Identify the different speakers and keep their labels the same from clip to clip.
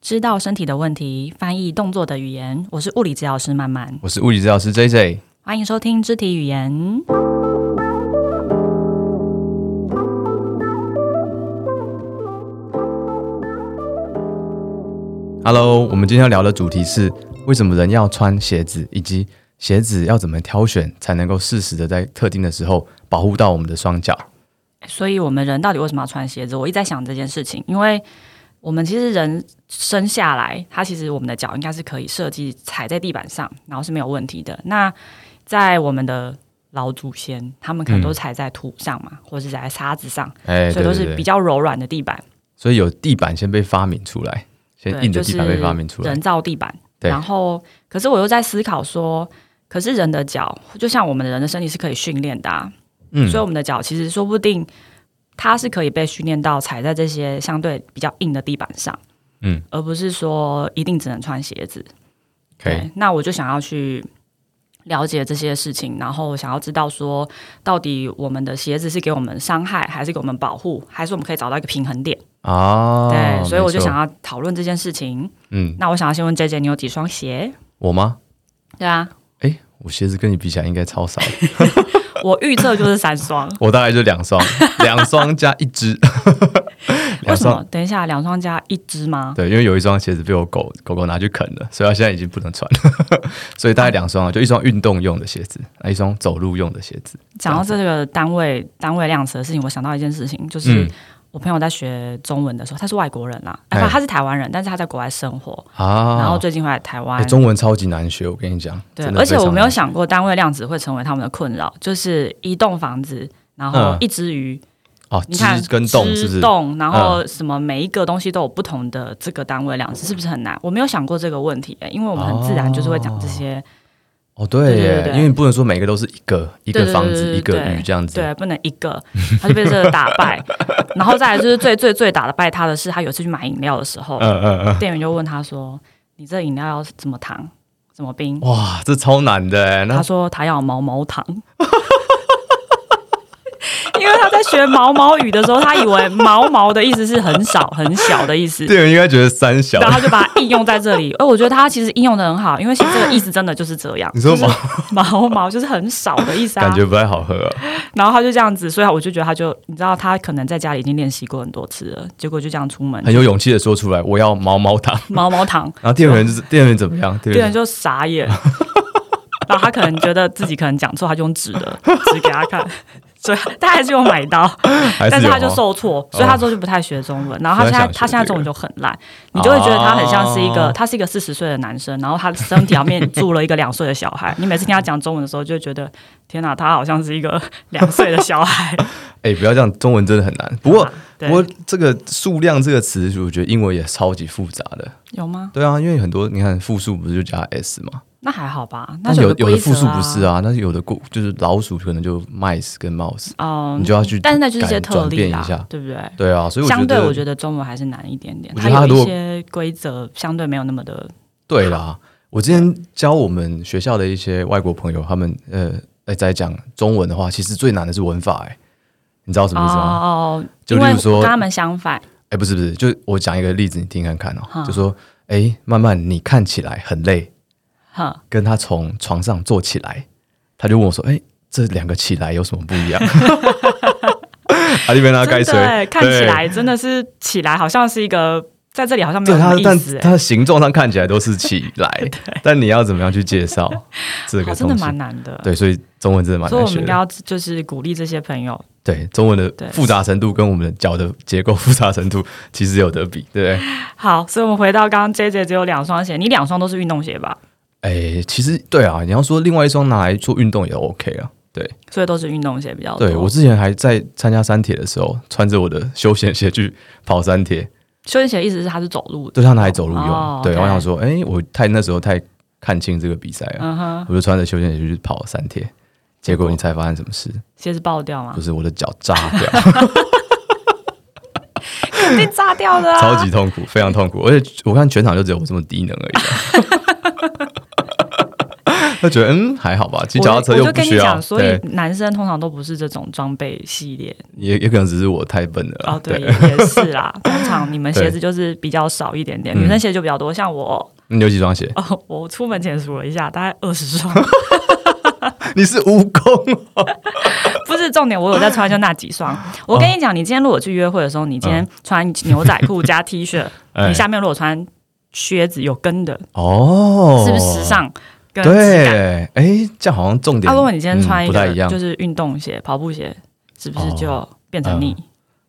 Speaker 1: 知道身体的问题，翻译动作的语言。我是物理治疗师曼曼，
Speaker 2: 我是物理治疗师 J J。
Speaker 1: 欢迎收听肢体语言。
Speaker 2: Hello，我们今天要聊的主题是为什么人要穿鞋子，以及鞋子要怎么挑选才能够适时的在特定的时候保护到我们的双脚。
Speaker 1: 所以我们人到底为什么要穿鞋子？我一直在想这件事情，因为我们其实人生下来，它其实我们的脚应该是可以设计踩在地板上，然后是没有问题的。那在我们的老祖先，他们可能都踩在土上嘛，或者是踩在沙子上，
Speaker 2: 嗯哎，
Speaker 1: 所
Speaker 2: 对
Speaker 1: 以都
Speaker 2: 对
Speaker 1: 是
Speaker 2: 对，
Speaker 1: 比较柔软的地板。
Speaker 2: 所以有地板先被发明出来，先
Speaker 1: 对，
Speaker 2: 硬的地板被发明出
Speaker 1: 就是、
Speaker 2: 来。
Speaker 1: 人造地板。
Speaker 2: 对
Speaker 1: 然后，可是我又在思考说，可是人的脚，就像我们的人的身体是可以训练的、啊，
Speaker 2: 嗯
Speaker 1: 所以我们的脚其实说不定它是可以被训练到踩在这些相对比较硬的地板上，
Speaker 2: 嗯，
Speaker 1: 而不是说一定只能穿鞋子。
Speaker 2: ，OK，
Speaker 1: 那我就想要去了解这些事情，然后想要知道说，到底我们的鞋子是给我们伤害，还是给我们保护，还是我们可以找到一个平衡点？
Speaker 2: 啊，
Speaker 1: 对，所以我就
Speaker 2: 没错
Speaker 1: 想，要讨论这件事情。
Speaker 2: 嗯，
Speaker 1: 那我想要先问 J J，你有几双鞋？
Speaker 2: 我吗？
Speaker 1: 对啊，
Speaker 2: 哎，我鞋子跟你比起来应该超少的，。
Speaker 1: 我预测就是三双
Speaker 2: 我大概就两 双，两双加一只，
Speaker 1: 为
Speaker 2: 两
Speaker 1: 什
Speaker 2: 双
Speaker 1: 么？等一下，两双加一只吗？
Speaker 2: 对，因为有一双鞋子被我狗狗狗拿去啃了，所以它现在已经不能穿了。 所以大概两双啊，就一双运动用的鞋子，啊一双走路用的鞋子。
Speaker 1: 讲到这个单位单位量词的事情，我想到一件事情，就是、
Speaker 2: 嗯
Speaker 1: 我朋友在学中文的时候，他是外国人啦，
Speaker 2: 哎
Speaker 1: 啊，他是台湾人，但是他在国外生活，
Speaker 2: 啊，
Speaker 1: 然后最近回来台湾。
Speaker 2: 哎中文超级难学，我跟你讲。
Speaker 1: 对
Speaker 2: 真，的
Speaker 1: 而且
Speaker 2: 非常
Speaker 1: 我没有
Speaker 2: 难
Speaker 1: 想过单位量子会成为他们的困扰，就是一栋房子，然后
Speaker 2: 嗯
Speaker 1: 一只鱼，
Speaker 2: 哦，
Speaker 1: 你看
Speaker 2: 知跟动
Speaker 1: 只
Speaker 2: 是不是？嗯
Speaker 1: 动，然后什么每一个东西都有不同的这个单位量子，是不是很难？我没有想过这个问题、欸因为我们很自然就是会讲这些
Speaker 2: 哦，对
Speaker 1: 对对
Speaker 2: 耶
Speaker 1: 对，对
Speaker 2: 因为你不能说每个都是一个一
Speaker 1: 对
Speaker 2: 个
Speaker 1: 对
Speaker 2: 房
Speaker 1: 对
Speaker 2: 子
Speaker 1: 对
Speaker 2: 一个
Speaker 1: 对
Speaker 2: 鱼这样子。
Speaker 1: 对，不能一个，他就被这个打败。 然后再来就是最最最打得败他的是，他有一次去买饮料的时候，
Speaker 2: 嗯嗯嗯，
Speaker 1: 店员就问他说：“你这饮料要怎么糖？怎么冰
Speaker 2: 哇，这超难的耶。？”那
Speaker 1: 他说他要毛毛糖。 因为他在学毛毛语的时候，他以为毛毛的意思是很少、很小的意思，
Speaker 2: 店员应该觉得三小。
Speaker 1: 然后就把它应用在这 里。而哎我觉得他其实应用的很好，因为其实这个意思真的就是这样。
Speaker 2: 你
Speaker 1: 就
Speaker 2: 说
Speaker 1: 是
Speaker 2: 毛
Speaker 1: 毛毛就是很少的意思啊，
Speaker 2: 感觉不太好喝啊。
Speaker 1: 然后他就这样子，所以我就觉得他就，你知道，他可能在家里已经练习过很多次了，结果就这样出门
Speaker 2: 很，有勇气的说出来，我要毛毛糖。
Speaker 1: 毛毛糖，
Speaker 2: 然后店员就是店员怎么样？店
Speaker 1: 店员
Speaker 2: 员
Speaker 1: 就傻眼。 然后他可能觉得自己可能讲错，他就用纸的纸给他看，所以他还是有买到，
Speaker 2: 还
Speaker 1: 但
Speaker 2: 是
Speaker 1: 是
Speaker 2: 有
Speaker 1: 他就
Speaker 2: 哦
Speaker 1: 受挫，所以他之后就不太学中文。然后他现在他现在中文就很烂，你就会觉得他很像是一个
Speaker 2: 哦
Speaker 1: 他是一个四十岁的男生，然后他身体上面住了一个两岁的小孩。你每次听他讲中文的时候，就会觉得天哪，他好像是一个 两岁的小孩。
Speaker 2: 哎、不要这样，中文真的很难。不过，
Speaker 1: 对
Speaker 2: 不过这个数量这个词，我觉得英文也超级复杂的。
Speaker 1: 有吗？
Speaker 2: 对啊，因为很多你看复数不是就加 s 嘛，
Speaker 1: 那还好吧，那
Speaker 2: 但
Speaker 1: 就
Speaker 2: 有
Speaker 1: 有个
Speaker 2: 有
Speaker 1: 规
Speaker 2: 的
Speaker 1: 则
Speaker 2: 复数不是
Speaker 1: 啊，
Speaker 2: 啊，但是有的固就是老鼠可能就 mice 跟 mouse，、
Speaker 1: 嗯
Speaker 2: 你就要去改，
Speaker 1: 但是那就是一些特
Speaker 2: 转
Speaker 1: 例
Speaker 2: 变
Speaker 1: 啦
Speaker 2: 一下，。
Speaker 1: 对不觉得
Speaker 2: 对啊，所以我觉
Speaker 1: 相
Speaker 2: 得
Speaker 1: 对我觉得中文还是难一点点，
Speaker 2: 我觉得它
Speaker 1: 有
Speaker 2: 如
Speaker 1: 一
Speaker 2: 果
Speaker 1: 些规则相对没有那么的，
Speaker 2: 对啦。我之前教我们学校的一些外国朋友，他们呃哎在讲中文的话，其实最难的是文法、哎，你知道什么意思吗？
Speaker 1: 哦，
Speaker 2: 就
Speaker 1: 因为
Speaker 2: 例如说
Speaker 1: 跟他们相反，
Speaker 2: 哎、不是不是，就我讲一个例子，你听看看哦、
Speaker 1: 哈
Speaker 2: 就说，哎、慢慢你看起来很累，
Speaker 1: 哼，
Speaker 2: 跟他从床上坐起来，他就问我说，哎、这两个起来有什么不一样？ 啊阿里边他该
Speaker 1: 真
Speaker 2: 谁
Speaker 1: 的欸？看起
Speaker 2: 对
Speaker 1: 来真的是起来好像是一个在这里好像没有
Speaker 2: 对
Speaker 1: 什
Speaker 2: 他
Speaker 1: 么，意
Speaker 2: 但
Speaker 1: 思欸，
Speaker 2: 他的形状上看起来都是起来，但你要怎么样去介绍 这
Speaker 1: 好
Speaker 2: 个
Speaker 1: 啊真的
Speaker 2: 东西？
Speaker 1: 蛮难的，
Speaker 2: 对，所以中文真的蛮
Speaker 1: 所以我
Speaker 2: 难
Speaker 1: 们
Speaker 2: 学
Speaker 1: 应该
Speaker 2: 的。
Speaker 1: 要就是鼓励这些朋友，
Speaker 2: 对，中文
Speaker 1: 对
Speaker 2: 的复杂程度跟我们的脚的结构复杂程度其实有得比，对不对？
Speaker 1: 好，所以我们回到刚刚 J J 只有两双鞋，你两双都是运动鞋吧？
Speaker 2: 哎、其实对啊，你要说另外一双拿来做运动也 OK 啊。对，
Speaker 1: 所以都是运动鞋比较多。
Speaker 2: 对我之前还在参加山铁的时候，穿着我的休闲鞋去跑山铁，
Speaker 1: 休闲鞋意思是它是走路的，
Speaker 2: 对，他拿来走路用。
Speaker 1: 哦
Speaker 2: 对，
Speaker 1: OK
Speaker 2: 我想说，哎、我太那时候太看清这个比赛了，
Speaker 1: 嗯哼，
Speaker 2: 我就穿着休闲鞋去跑山铁。结果你猜发生什么事？
Speaker 1: 鞋子爆掉吗
Speaker 2: 就？是我的脚炸掉，
Speaker 1: 被炸掉的、啊，
Speaker 2: 超级痛苦，非常痛苦。而且我看全场就只有我这么低能而已啊、 就觉得嗯还好吧，骑脚踏车
Speaker 1: 我
Speaker 2: 又
Speaker 1: 就
Speaker 2: 不
Speaker 1: 跟
Speaker 2: 需
Speaker 1: 你
Speaker 2: 要，
Speaker 1: 讲，所以
Speaker 2: 对，
Speaker 1: 男生通常都不是这种装备系 列
Speaker 2: 也也可能只是我太笨了啊啦
Speaker 1: 哦，对，也也是啦。通常你们鞋子就是比较少一点点，
Speaker 2: 嗯
Speaker 1: 女生鞋就比较多。像我，
Speaker 2: 你有几双鞋？
Speaker 1: 哦，我出门前数了一下，大概二十双。
Speaker 2: 你是蜈蚣
Speaker 1: 不是重点，我有在穿就那几双。
Speaker 2: 哦
Speaker 1: 我跟你讲，你今天如果去约会的时候，你今天穿牛仔裤加 T 恤，
Speaker 2: 哎
Speaker 1: 你下面如果穿靴子有跟的，
Speaker 2: 哦，
Speaker 1: 是不是时？尚跟质感？
Speaker 2: 对，哎，这样好像重点。
Speaker 1: 啊，如果你今天穿
Speaker 2: 嗯
Speaker 1: 一
Speaker 2: 不太
Speaker 1: 个
Speaker 2: 一样，哦
Speaker 1: 就是运动鞋、跑步鞋，是不是就变成
Speaker 2: 嗯
Speaker 1: 你？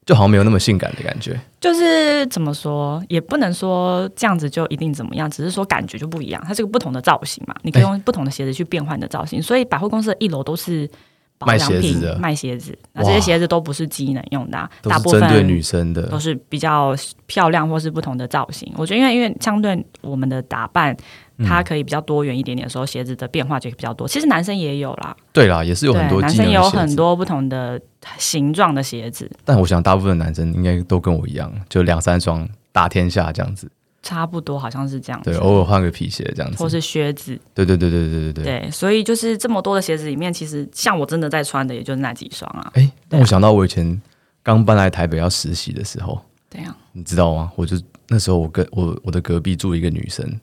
Speaker 2: 就好像没有那么性感的感觉。
Speaker 1: 就是怎么说，也不能说这样子就一定怎么样，只是说感觉就不一样。它是个不同的造型嘛，你可以
Speaker 2: 哎
Speaker 1: 用不同的鞋子去变换你的造型。所以百货公司的一楼都是保
Speaker 2: 卖
Speaker 1: 养
Speaker 2: 鞋
Speaker 1: 品
Speaker 2: 子的
Speaker 1: 卖鞋子，那
Speaker 2: 哇
Speaker 1: 这些鞋子都不是机能用的啊、
Speaker 2: 都
Speaker 1: 大
Speaker 2: 是
Speaker 1: 部
Speaker 2: 针
Speaker 1: 分
Speaker 2: 对女生
Speaker 1: 都
Speaker 2: 的，
Speaker 1: 是比较漂亮或是不同的造型。我觉得，因为因为相对我们的打扮，
Speaker 2: 嗯
Speaker 1: 它可以比较多元一点点的时候，鞋子的变化就比较多。其实男生也有啦，
Speaker 2: 对啦，也是有
Speaker 1: 对，
Speaker 2: 很多
Speaker 1: 男
Speaker 2: 技
Speaker 1: 生
Speaker 2: 能
Speaker 1: 也
Speaker 2: 的
Speaker 1: 有
Speaker 2: 鞋
Speaker 1: 很
Speaker 2: 子，
Speaker 1: 多不同的形状的鞋子，
Speaker 2: 但我想大部分的男生应该都跟我一样，就两三双打天下这样子，
Speaker 1: 差不多好像是这样
Speaker 2: 对，
Speaker 1: 子，
Speaker 2: 偶尔换个皮鞋这样
Speaker 1: 或
Speaker 2: 子，
Speaker 1: 是靴子。
Speaker 2: 对对对对对对对。
Speaker 1: 对，所以就是这么多的鞋子里面，其实像我真的在穿的，也就是那几双啊。
Speaker 2: 哎，让我想到我以前刚搬来台北要实习的时候，
Speaker 1: 对啊，
Speaker 2: 你知道吗？我就那时候我跟我我的隔壁住一个女生，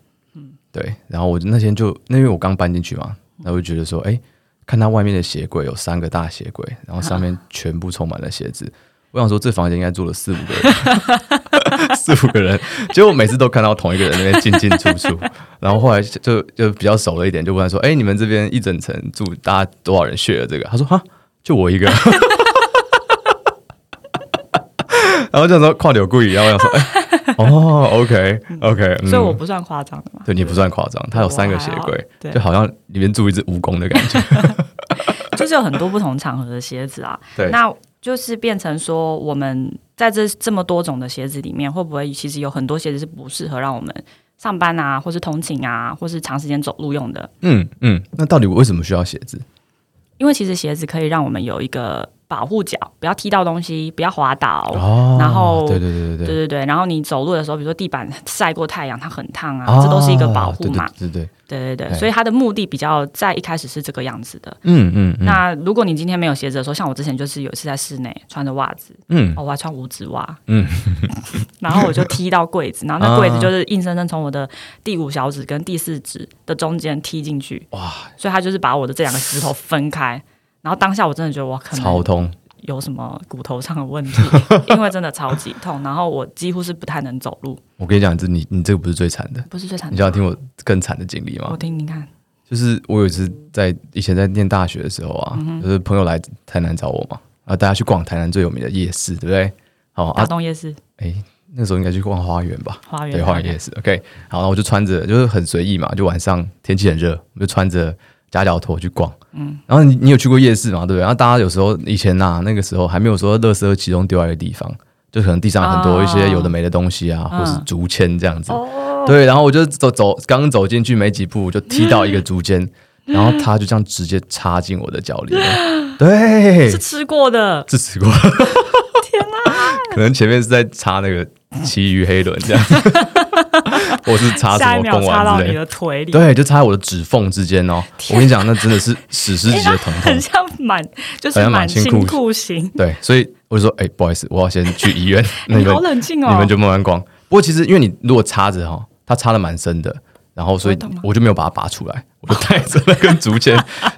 Speaker 2: 对，然后我就那天就那因为我刚搬进去嘛，然后我就觉得说，哎、看她外面的鞋柜有三个大鞋柜，然后上 面全部充满了鞋子。我想说，这房间应该住了四五个人，四五个人， 结果每次都看到同一个人在那边进进出出。然后后来就就就比较熟了一点，就问他说：“哎、你们这边一整层住大家多少人血了这个？”他说：“哈，就我一个。” 然后就想说跨流故意，然后我想说，哎、哦，OK OK，、嗯、
Speaker 1: 所以我不算夸张的嘛。
Speaker 2: 对你不算夸张，它有三个鞋
Speaker 1: 我还好
Speaker 2: 柜，
Speaker 1: 对
Speaker 2: 就好像里面住一只蜈蚣的感觉。
Speaker 1: 就是有很多不同场合的鞋子啊。
Speaker 2: 对
Speaker 1: 那就是变成说，我们在这这么多种的鞋子里面，会不会其实有很多鞋子是不适合让我们上班啊，或是通勤啊，或是长时间走路用的？
Speaker 2: 嗯嗯，那到底我为什么需要鞋子？
Speaker 1: 因为其实鞋子可以让我们有一个保护脚，不要踢到东西，不要滑倒。
Speaker 2: 哦
Speaker 1: 然后
Speaker 2: 对对对对
Speaker 1: 对
Speaker 2: 对，
Speaker 1: 对对，然后你走路的时候，比如说地板晒过太阳，它很烫啊，
Speaker 2: 啊
Speaker 1: 这都是一个保护嘛。
Speaker 2: 对对对对，
Speaker 1: 对对对，
Speaker 2: 对
Speaker 1: 所以它的目的比较在一开始是这个样子的。
Speaker 2: 嗯嗯嗯
Speaker 1: 那如果你今天没有鞋子的时候，像我之前就是有一次在室内穿着袜子，
Speaker 2: 嗯
Speaker 1: 哦，我还穿五指袜，
Speaker 2: 嗯啊
Speaker 1: 嗯， 然后我就踢到柜子，然后那柜子就是硬生生从我的第五小指跟第四指的中间踢进去，
Speaker 2: 哇，
Speaker 1: 所以他就是把我的这两个指头分开。然后当下我真的觉得我可
Speaker 2: 超
Speaker 1: 能
Speaker 2: 通，
Speaker 1: 有什么骨头上的问 题，因为真的超级痛，然后我几乎是不太能走路，
Speaker 2: 我跟你讲，这你你这个不是最惨的，
Speaker 1: 不是最惨
Speaker 2: 你想要
Speaker 1: 的。
Speaker 2: 听我更惨的经历吗
Speaker 1: 我？听听看，
Speaker 2: 就是我有一次在以前在念大学的时候啊，
Speaker 1: 嗯
Speaker 2: 就是朋友来台南找我嘛，然后大家去逛台南最有名的夜市，对不对？好
Speaker 1: 大
Speaker 2: 啊，
Speaker 1: 东夜市
Speaker 2: 哎，那时候应该去逛花园吧？
Speaker 1: 花园，
Speaker 2: 对，花园夜市。OK，好，然后我就穿着就是很随意嘛，就晚上天气很热，我就穿着夹脚拖去逛。嗯，然后你你有去过夜市嘛？对不对？然后大家有时候以前呐、那个时候还没有说垃圾集中丢在的地方，就可能地上很多一些有的没的东西啊，
Speaker 1: 嗯哦
Speaker 2: 或是竹签这样子。对，然后我就走走，刚走进去没几步，我就踢到一个竹签，然后它就这样直接插进我的脚 里面。对，
Speaker 1: 是吃过的，
Speaker 2: 是吃过。天哪！
Speaker 1: 啊
Speaker 2: 可能前面是在插那个奇鱼黑轮这样子， 或是插
Speaker 1: 下
Speaker 2: 啊什
Speaker 1: 一
Speaker 2: 么
Speaker 1: 秒
Speaker 2: 贡
Speaker 1: 插到
Speaker 2: 丸
Speaker 1: 你
Speaker 2: 之类的。
Speaker 1: 的腿里，
Speaker 2: 对，就插在我的指缝之间哦。我跟你讲，那真的是史诗级的疼痛
Speaker 1: 哎 很。像满就是
Speaker 2: 好像满
Speaker 1: 满
Speaker 2: 清
Speaker 1: 清
Speaker 2: 酷
Speaker 1: 酷刑，
Speaker 2: 对，所以我就说，哎、不好意思，我要先去医院。那
Speaker 1: 你
Speaker 2: 个
Speaker 1: 好冷静哦，
Speaker 2: 你们就慢慢逛。不过其实因为你如果插着哈，它插的蛮深的，然后所以
Speaker 1: 会痛吗
Speaker 2: 我就没有把它拔出来，我就带着那根 竹签，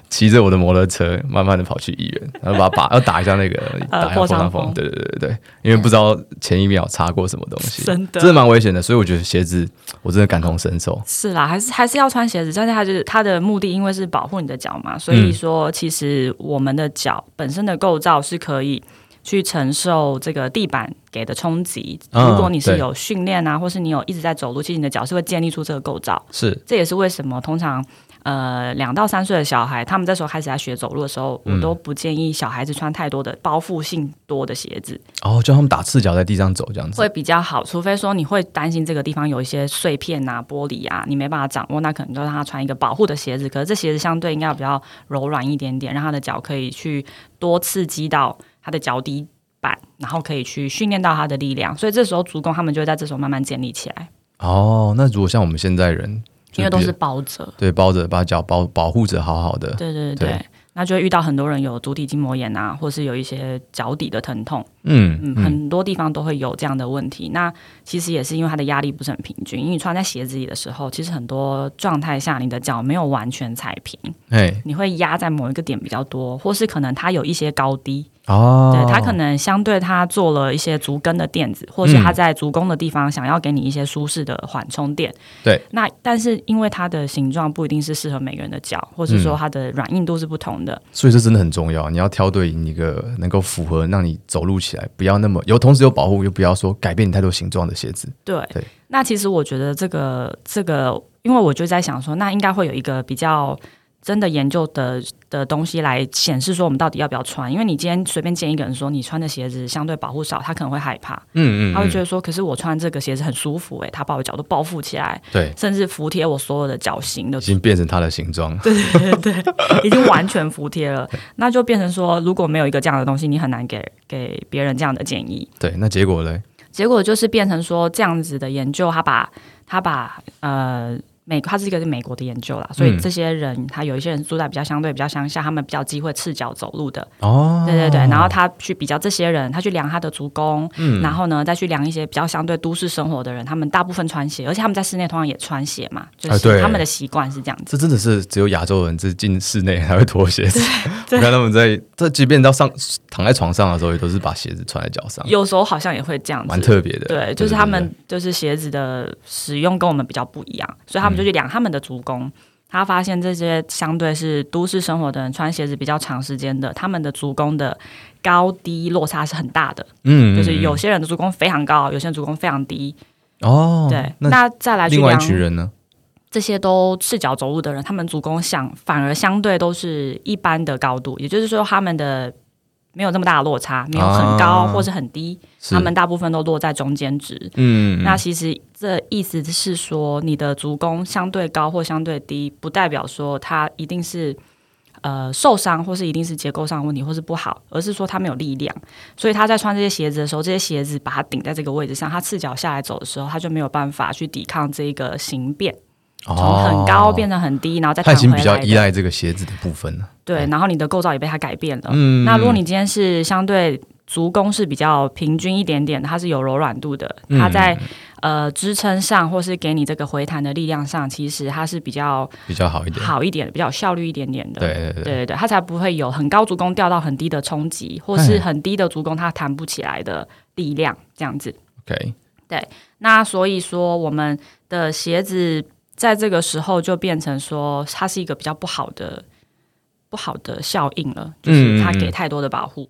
Speaker 2: 骑着我的摩托车，慢慢的跑去医院，然后把它拔，要打一下那个
Speaker 1: 呃
Speaker 2: 打一下破
Speaker 1: 破伤
Speaker 2: 伤风，
Speaker 1: 风
Speaker 2: 对对对对对，因为不知道前一秒插过什么东西，
Speaker 1: 真的
Speaker 2: 真的蛮危险的，所以我觉得鞋子我真的感同身受，
Speaker 1: 是啦，还
Speaker 2: 嗯
Speaker 1: 是还是要穿鞋子，但是它就是它的目的，因为是保护你的脚嘛，所以
Speaker 2: 嗯
Speaker 1: 说其实我们的脚本身的构造是可以去承受这个地板给的冲击。
Speaker 2: 嗯
Speaker 1: 如果你是
Speaker 2: 对
Speaker 1: 有训练啊，或是你有一直在走路，其实你的脚是会建立出这个构造。
Speaker 2: 是
Speaker 1: 这也是为什么通常呃两到三岁的小孩，他们这时候开始在学走路的时候，
Speaker 2: 嗯
Speaker 1: 我都不建议小孩子穿太多的包覆性多的鞋子，
Speaker 2: 哦，就他们打赤脚在地上走这样子，
Speaker 1: 会比较好，除非说你会担心这个地方有一些碎片啊、玻璃啊，你没办法掌握，那可能就让他穿一个保护的鞋子。可是这鞋子相对应该要比较柔软一点点，让他的脚可以去多刺激到他的脚底板，然后可以去训练到他的力量。所以这时候足弓他们就会在这时候慢慢建立起来。
Speaker 2: 哦，那如果像我们现在人，
Speaker 1: 因为都是包着。
Speaker 2: 对包着把脚保保护着好好的，
Speaker 1: 对对对
Speaker 2: 对
Speaker 1: 对，那就会遇到很多人有足底筋膜炎啊，或是有一些脚底的疼痛，
Speaker 2: 嗯
Speaker 1: 嗯，很多地方都会有这样的问题。那其实也是因为它的压力不是很平均，因为你穿在鞋子里的时候，其实很多状态下你的脚没有完全踩平，
Speaker 2: 哎
Speaker 1: 你会压在某一个点比较多，或是可能它有一些高低，
Speaker 2: 哦，
Speaker 1: 对它可能相对它做了一些足跟的垫子，或是它在足弓的地方想要给你一些舒适的缓冲垫。
Speaker 2: 对，
Speaker 1: 那但是因为它的形状不一定是适合每个人的脚，或
Speaker 2: 嗯
Speaker 1: 是说它的软硬度是不同的，
Speaker 2: 所以这真的很重要，你要挑对一个能够符合让你走路起来，不要那么有，同时有保护，又不要说改变你太多形状的鞋子。
Speaker 1: 对，
Speaker 2: 对
Speaker 1: 那其实我觉得这个这个，因为我就在想说，那应该会有一个比较真的研究的的东西来显示说我们到底要不要穿。因为你今天随便见一个人说你穿的鞋子相对保护少，他可能会害怕，
Speaker 2: 嗯
Speaker 1: 他会觉得说，可是我穿这个鞋子很舒服、欸，诶，他把我脚都包覆起来，
Speaker 2: 对，
Speaker 1: 甚至服帖我所有的脚型的
Speaker 2: 已经变成它的形状。对，
Speaker 1: 已经完全服帖了，那就变成说，如果没有一个这样的东西，你很难给给别人这样的建议。
Speaker 2: 那结果嘞？
Speaker 1: 结果就是变成说这样子的研究，他把他把呃美，他是一个是美国的研究啦，所以
Speaker 2: 嗯
Speaker 1: 这些人、他有一些人住在比较相对比较乡下，他们比较机会赤脚走路的，
Speaker 2: 哦，
Speaker 1: 对对对。然后他去比较这些人，他去量他的足弓，
Speaker 2: 嗯
Speaker 1: 然后呢再去量一些比较相对都市生活的人，他们大部分穿鞋，而且他们在室内通常也穿鞋嘛，就
Speaker 2: 啊对
Speaker 1: 是他们的习惯是这样子。
Speaker 2: 这真的是只有亚洲人，这进室内还会脱鞋 子。我看他们在，这即便到上躺在床上的时候，也都是把鞋子穿在脚上，
Speaker 1: 有时候好像也会这样子，
Speaker 2: 蛮特别的。
Speaker 1: 对，就是他们就是鞋子的使用跟我们比较不一样，所以他们就去量他们的足弓。他发现这些相对是都市生活的人穿鞋子比较长时间的，他们的足弓的高低落差是很大的，
Speaker 2: 嗯，嗯
Speaker 1: 就是有
Speaker 2: 嗯
Speaker 1: 些人的足弓非常高，有些人足弓非常低。
Speaker 2: 哦，
Speaker 1: 对，
Speaker 2: 那
Speaker 1: 那再来去
Speaker 2: 另外一
Speaker 1: 量
Speaker 2: 群人呢？
Speaker 1: 这些都赤脚走路的人，他们足弓相反而相对都是一般的高度，也就是说他们的没有这么大的落差，没有很高
Speaker 2: 啊
Speaker 1: 或是很低，
Speaker 2: 是
Speaker 1: 他们大部分都落在中间值。
Speaker 2: 嗯，嗯
Speaker 1: 那其实这意思是说，你的足弓相对高或相对低，不代表说它一定是呃受伤，或是一定是结构上的问题，或是不好，而是说它没有力量。所以他在穿这些鞋子的时候，这些鞋子把它顶在这个位置上，他赤脚下来走的时候，他就没有办法去抵抗这一个形变，
Speaker 2: 从
Speaker 1: 从很高变成很低，然后再
Speaker 2: 他
Speaker 1: 弹
Speaker 2: 哦已
Speaker 1: 回来
Speaker 2: 经比较
Speaker 1: 的
Speaker 2: 依赖这个鞋子的部分了。
Speaker 1: 对，然后你的构造也被它改变了。
Speaker 2: 嗯
Speaker 1: 那如果你今天是相对足弓是比较平均一点点，它是有柔软度的，
Speaker 2: 嗯
Speaker 1: 它在、呃支撑上或是给你这个回弹的力量上，其实它是比较
Speaker 2: 比较好一点，
Speaker 1: 好一点、比较有效率一点点的。
Speaker 2: 对对对
Speaker 1: 对对对，它才不会有很高足弓掉到很低的冲击，或是很低的足弓它弹不起来的力量这样子。
Speaker 2: ，OK，
Speaker 1: 那所以说，我们的鞋子在这个时候就变成说，它是一个比较不好的、不好的效应了，
Speaker 2: 嗯
Speaker 1: 就是它给太多的保护。